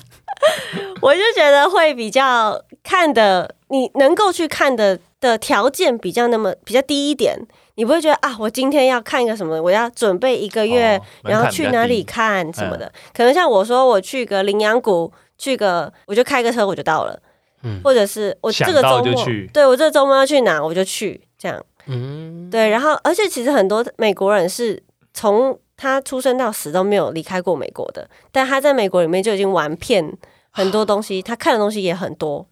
我就觉得会比较看的，你能够去看的的条件比较那么比较低一点，你不会觉得啊，我今天要看一个什么，我要准备一个月，哦门槛然后去哪里比较低嗯看什么的。可能像我说，我去个羚羊谷，去个我就开个车我就到了，嗯或者是我这个想到周末就去，对我这个周末要去哪我就去这样。嗯，对，然后而且其实很多美国人是从他出生到死都没有离开过美国的，但他在美国里面就已经玩遍很多东西，他看的东西也很多。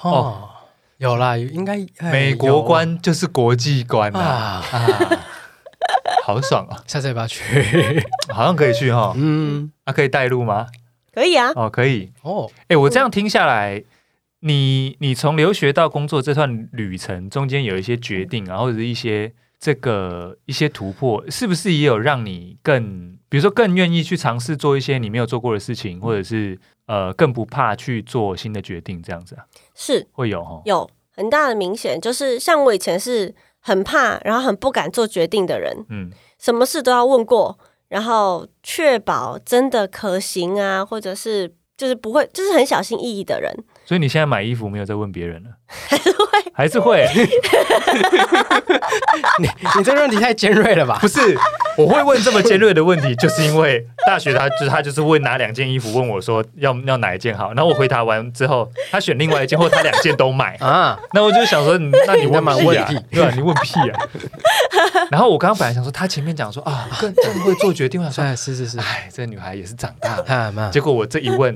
哦，有啦，应该哎美国观就是国际观有啊，啊，啊好爽啊，下次要不 要去？好像可以去哈、嗯，啊，可以带路吗？可以啊，哦，可以。哦，哎，我这样听下来，你你从留学到工作这段旅程中间有一些决定啊，或者是一些这个一些突破，是不是也有让你更，比如说更愿意去尝试做一些你没有做过的事情，或者是呃更不怕去做新的决定这样子啊？是会有哈、有很大的明显，就是像我以前是很怕，然后很不敢做决定的人，嗯，什么事都要问过，然后确保真的可行啊，或者是就是不会，就是很小心翼翼的人。所以你现在买衣服没有再问别 人了，还是会，还是会，你你这个问题太尖锐了吧 不？是。我会问这么尖锐的问题，就是因为大学他就是他就是问哪两件衣服，问我说要要哪一件好，然后我回答完之后，他选另外一件，或他两件都买， 啊，那我就想说，你那你问你干嘛屁啊 问屁？对啊，你问屁啊！然后我刚刚本来想说，他前面讲说啊，更更会做决定，我想说，哎，是 是是，哎，这女孩也是长 大了。啊嘛，结果我这一问，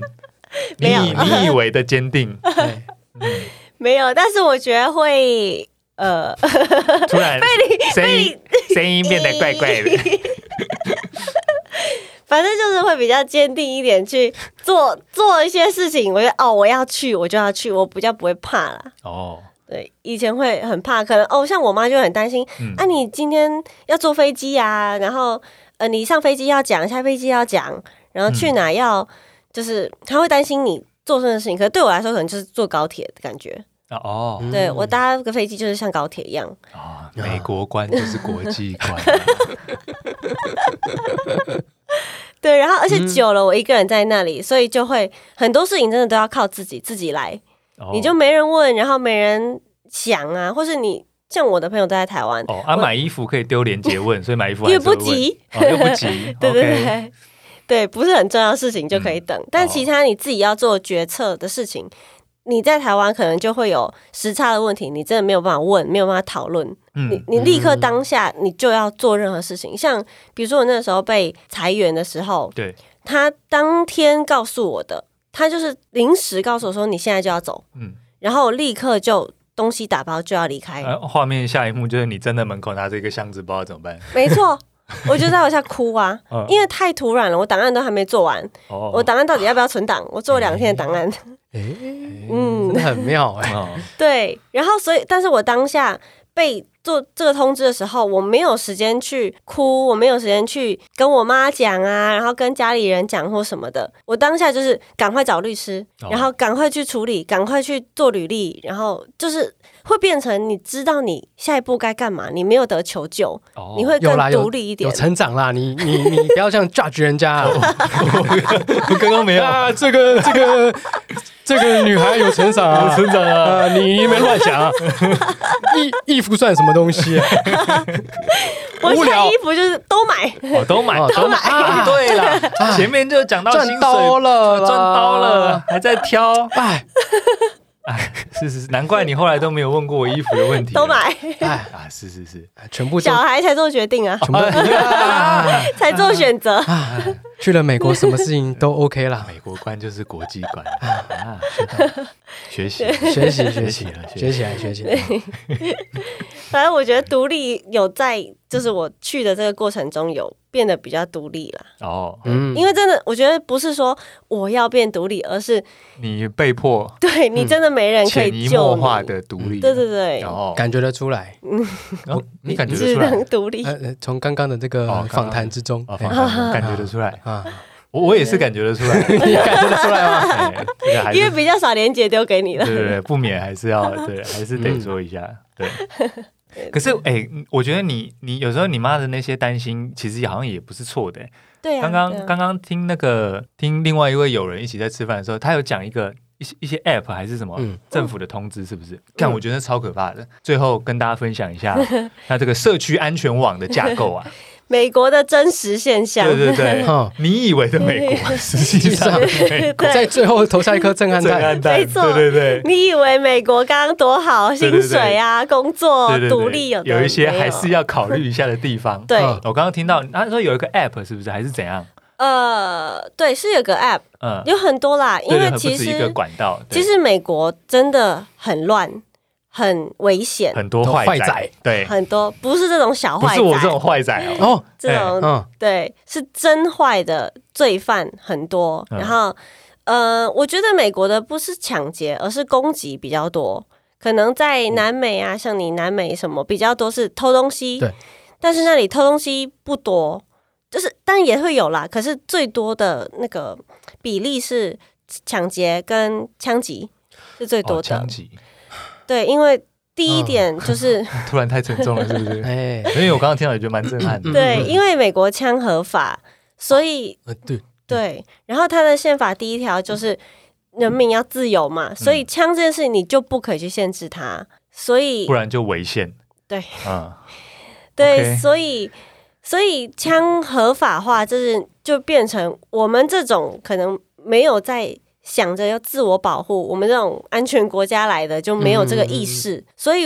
你没有以你以为的坚定，哎没有，但是我觉得会呃，突 然声音声音变得怪怪的。 反正就是会比较坚定一点去做 做一些事情。我觉得哦，我要去，我就要去，我比较不会怕啦。哦，对，以前会很怕，可能哦，像我妈就很担心，嗯啊，你今天要坐飞机啊，然后呃，你上飞机要讲，下飞机要讲，然后去哪要，就是她会担心你做这件事情。可是对我来说，可能就是坐高铁的感觉。啊嗯哦对我搭个飞机就是像高铁一样，啊！美国观就是国际观，啊 对，然后而且久了，我一个人在那里，所以就会很多事情真的都要靠自己，自己来。哦你就没人问，然后没人想啊，或是你像我的朋友都在台湾，哦啊，买衣服可以丢链接 问，所以买衣服还越是会不问，急，哦又不急， 对对 OK 对。对，不是很重要的事情就可以等，但嗯哦其他你自己要做决策的事情，你在台湾可能就会有时差的问题，你真的没有办法问，没有办法讨论，你嗯你立刻当下你就要做任何事情。像比如说我那时候被裁员的时候，对，他当天告诉我的，他就是临时告诉我说你现在就要走，嗯，然后我立刻就东西打包就要离开，呃画面下一幕就是你站在门口拿着一个箱子，不知道怎么办。 没错，我就在楼下哭啊嗯，因为太突然了，我档案都还没做完，哦，我档案到底要不要存档？我做了两天的档案， 哎，嗯真的很妙哎，哦 对，然后所以，但是我当下被做这个通知的时候，我没有时间去哭，我没有时间去跟我妈讲啊，然后跟家里人讲或什么的。我当下就是赶快找律师哦，然后赶快去处理，赶快去做履历，然后就是会变成你知道你下一步该干嘛，你没有得求救，哦你会有更啦有独立一点有。成长啦，你你你不要这样 judge 人家啊！刚刚哦没有啊，这个这个这个女孩有成 长 啊，成长 啊！你你没乱想 啊，衣衣服算什么 东西啊？我无现在聊衣服就是都买， 哦，都买哦都都买买啊！对了， 前面就讲到薪水赚刀了啦，赚到了，还在挑，哎是是是，难怪你后来都没有问过我衣服的问题了，都买，哎，啊！是是是，全部都 小孩才做决定啊，全部 啊才做选择。 去了美国，什么事情都 OK 啦。美国观就是国际观 啊，学到学习学习学习习了学学习起来学起来， 反正我觉得独立有在，就是我去的这个过程中有变得比较独立了。哦，嗯，因为真的，我觉得不是说我要变独立，而是你被迫对你真的没人可潜以移救默你。化的独立，对对对，哦，感觉得出来。哦你感觉得只出来能独立呃，。呃从刚刚的这个哦刚刚访谈之中，哦，哎反正感觉得出来，啊，我我也是感觉得出 来，你感觉得出来 吗？哎这个还是 因为比较少连接丢给你了对，对对，不哎免还是要对，还是得说一 下。对，可是哎、我觉得你你有时候你妈的那些担心，其实好像也不是错的、对啊，刚刚对啊刚刚听那个听另外一位友人一起在吃饭的时候，他有讲一个一些一些 app 还是什么、嗯政府的通知，是不是？看我觉得超可怕的。最后跟大家分享一 下，那这个社区安全网的架构啊，美国的真实现象，对对对哦，你以为的美 国，啊实际上的美国在最后投下一颗震撼 震弹，撼弹，没错对对对。 你以为美国刚刚多好，对对薪水啊、对工作、对对独立有的有一些还是没有要考虑一下的地方。 对嗯我刚刚听到他说有一个 app 是不是还是怎样？呃，对，是有个 app，嗯，有很多啦，因对对为很其不止一个实管道，对其实美国真的很乱，很危险，很多坏仔仔，对，很多不是这种小不坏是仔，我这种坏仔哦，哦，这种嗯，对，是真坏的罪犯很多，嗯然后、呃，我觉得美国的不是抢劫，而是攻击比较多。可能在嗯南美啊，像你南美什么比较多是偷东西，对，但是那里偷东西不多，就是但也会有啦。可是最多的那个比例是抢劫跟枪击是最多哦，的，枪击，对，因为第一嗯 点就是、突然太沉重了，是不 是？哎，因为我刚刚听到也觉得蛮震撼的，嗯对，因为美国枪合法，所以呃对，对，嗯然后他的宪法第一条就是人民要自由嘛，所嗯以枪这件事情你就不可以去限制它，所以不然就违宪。对，嗯，OK 对，所以所以枪合法化，就是就变成我们这种可能没有在想着要自我保护，我们这种安全国家来的就没有这个意嗯识，所以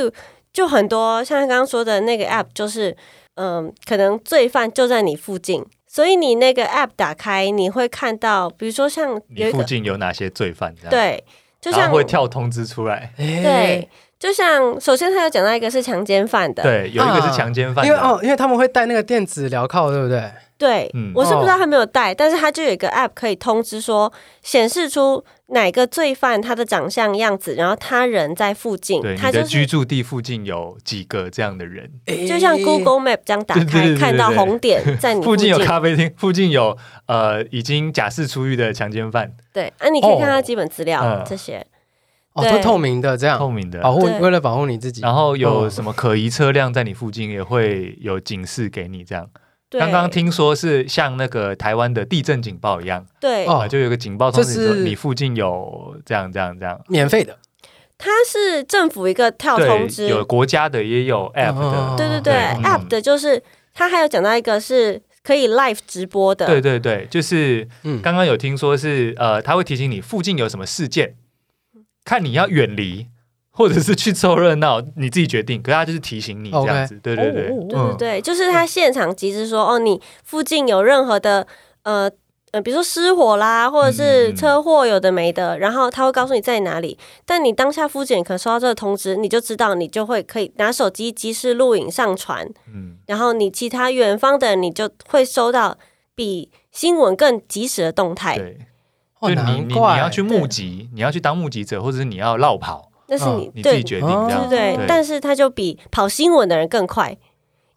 就很多像刚刚说的那个 app，就是嗯，可能罪犯就在你附近。所以你那个 app 打开，你会看到，比如说像 你有一附个近有哪些罪犯？这样，对，就然像后会跳通知出来。哎对，，就像首先他有讲到一个是强奸犯的，对，有一嗯个是强奸犯因为的，哦，因为他们会带那个电子镣铐，对不对？对嗯我是不知道他没有带，但是他就有一个 app 可以通知说显示出哪个罪犯他的长相样子，然后他人在附近对，，你他的就居是住地附近有几个这样的人？哎就像 Google Map 这样打对对对对开，对看到红点在你附附近近有，咖啡厅，附近有呃已经假释出狱的强奸犯，对，啊，你可以看哦他基本嗯资料这些，哦，对都透明的这样透，明的。保护对为了保护你自己。然后嗯有什么可疑车辆在你附近也会有警示给你，这样。对，刚刚听说是像那个台湾的地震警报一样，对，哦啊，就有个警报通知你说这是你附近有这样这样这样。免费的，他是政府一个跳通知，对，有国家的也有 app 的，哦对对对嗯，app 的就是他还有讲到一个是可以 live 直播的，对对对，就是嗯，刚刚有听说是呃，他会提醒你附近有什么事件，看你要远离或者是去凑热闹，你自己决定。可是他就是提醒你这 OK 样子，对对对，哦对对嗯，对，就是他现场及时说，哦，你附近有任何的呃呃，比如说失火啦，或者嗯嗯是嗯车祸，有的没的，然后他会告诉你在哪里。但你当下附近可能收到这个通知，你就知道，你就会可以拿手机及时录影上传，嗯，然后你其他远方的人你就会收到比新闻更及时的动态。对，哦，就你难你你怪要去募集，你要去当募集者，或者是你要绕跑，那是啊你你自对哦己决定这啊样。对对但是他就比跑新闻的人更快，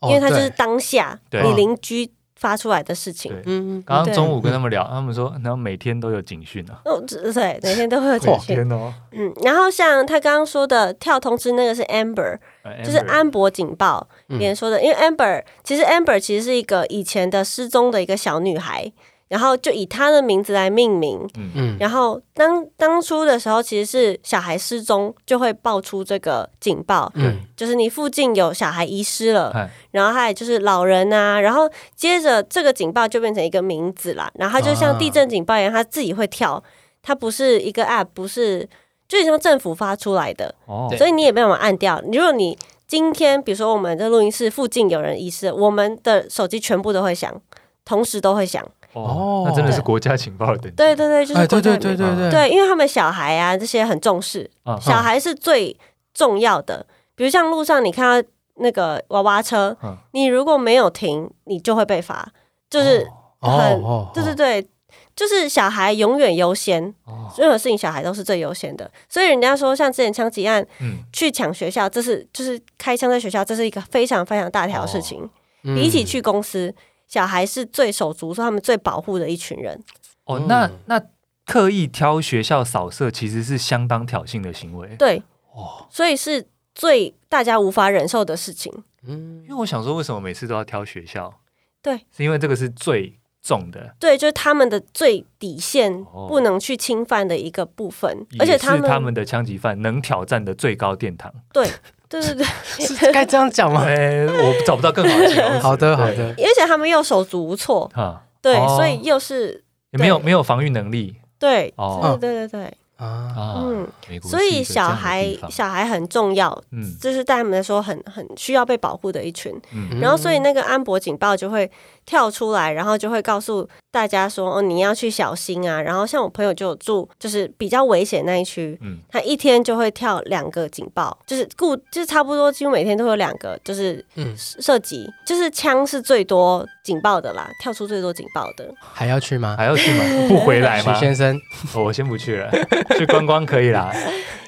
因为他就是哦当下对你邻居发出来的事情。对对，嗯，刚刚中午跟他们聊，他们说，然后每天都有警讯啊。哦，这对，每天都会有哇简讯。天哪！嗯，然后像他刚刚说的跳通知那个是 Amber，呃就是 Amber 安博警报嗯别人说的，因为 Amber 其实 Amber 其实是一个以前的失踪的一个小女孩，然后就以她的名字来命名。嗯，然后当当初的时候，其实是小孩失踪就会爆出这个警报，嗯，就是你附近有小孩遗失了，哎然后还有就是老人啊，然后接着这个警报就变成一个名字啦，然后它就啊像地震警报一样，它自己会跳，它不是一个 app，不是，就像政府发出来的，哦，所以你也没有办法按掉。如果你今天比如说我们的录音室附近有人遗失，我们的手机全部都会响，同时都会响。哦，那真的是国家情报的等级。对对对，就是哎，国对家对的对名字对对，对，因为他们小孩啊这些很重视，啊，小孩是最重要的。比如像路上你看到那个娃娃车嗯，你如果没有停，你就会被罚。就是，哦很哦，对对对，就是小孩永远优先，哦，任何事情小孩都是最优先的。所以人家说，像之前枪击案嗯，去抢学校，这是就是开枪在学校，这是一个非常非常大条的事情。对比起去公司，小孩是最手足，是他们最保护的一群人。哦嗯，那那刻意挑学校扫射，其实是相当挑衅的行为。对，哦，所以是最大家无法忍受的事情。嗯因为我想说，为什么每次都要挑学校？对，是因为这个是最重的，对，就是他们的最底线哦不能去侵犯的一个部分，而也且是他们他们的枪击犯能挑战的最高殿 堂。对对对 对，是该这样讲吗？哎，我找不到更好的形 容词。好的 好对，的，而且他们又手足无措，哈，对，哦所以又是也没有没有防御能力对，哦对对对对，啊，啊。嗯，美国是一个所以这样小的孩地方小孩很重要，嗯就是对他们来说很很需要被保护的一群。嗯然后，所以那个安博警报就会跳出来，然后就会告诉大家说：“哦，你要去小心啊！”然后，像我朋友就有住，就是比较危险那一区，嗯他一天就会跳两个警报，就是固，就是差不多几乎每天都会有两个，就是嗯，射击，就是枪是最多警报的啦，跳出最多警报的。还要去吗？还要去吗？不回来许吗？先生，哦我先不去了，去观光可以啦，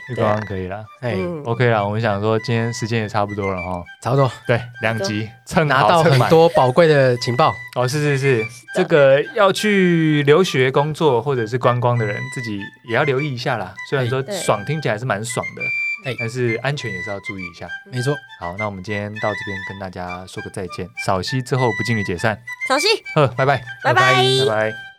去观光可以啦。哎，嗯， OK 啦，我们想说今天时间也差不多了哈，曹总对，两集蹭拿好到蹭很满多宝贵的情报，哦，是是是，这个要去留学、工作或者是观光的人，自己也要留意一下啦。虽然说对爽听起来是蛮爽的哎，但是安全也是要注意一下。没错，好，那我们今天到这边跟大家说个再见，扫息之后不敬礼解散，小心，呵，拜拜，拜拜拜拜。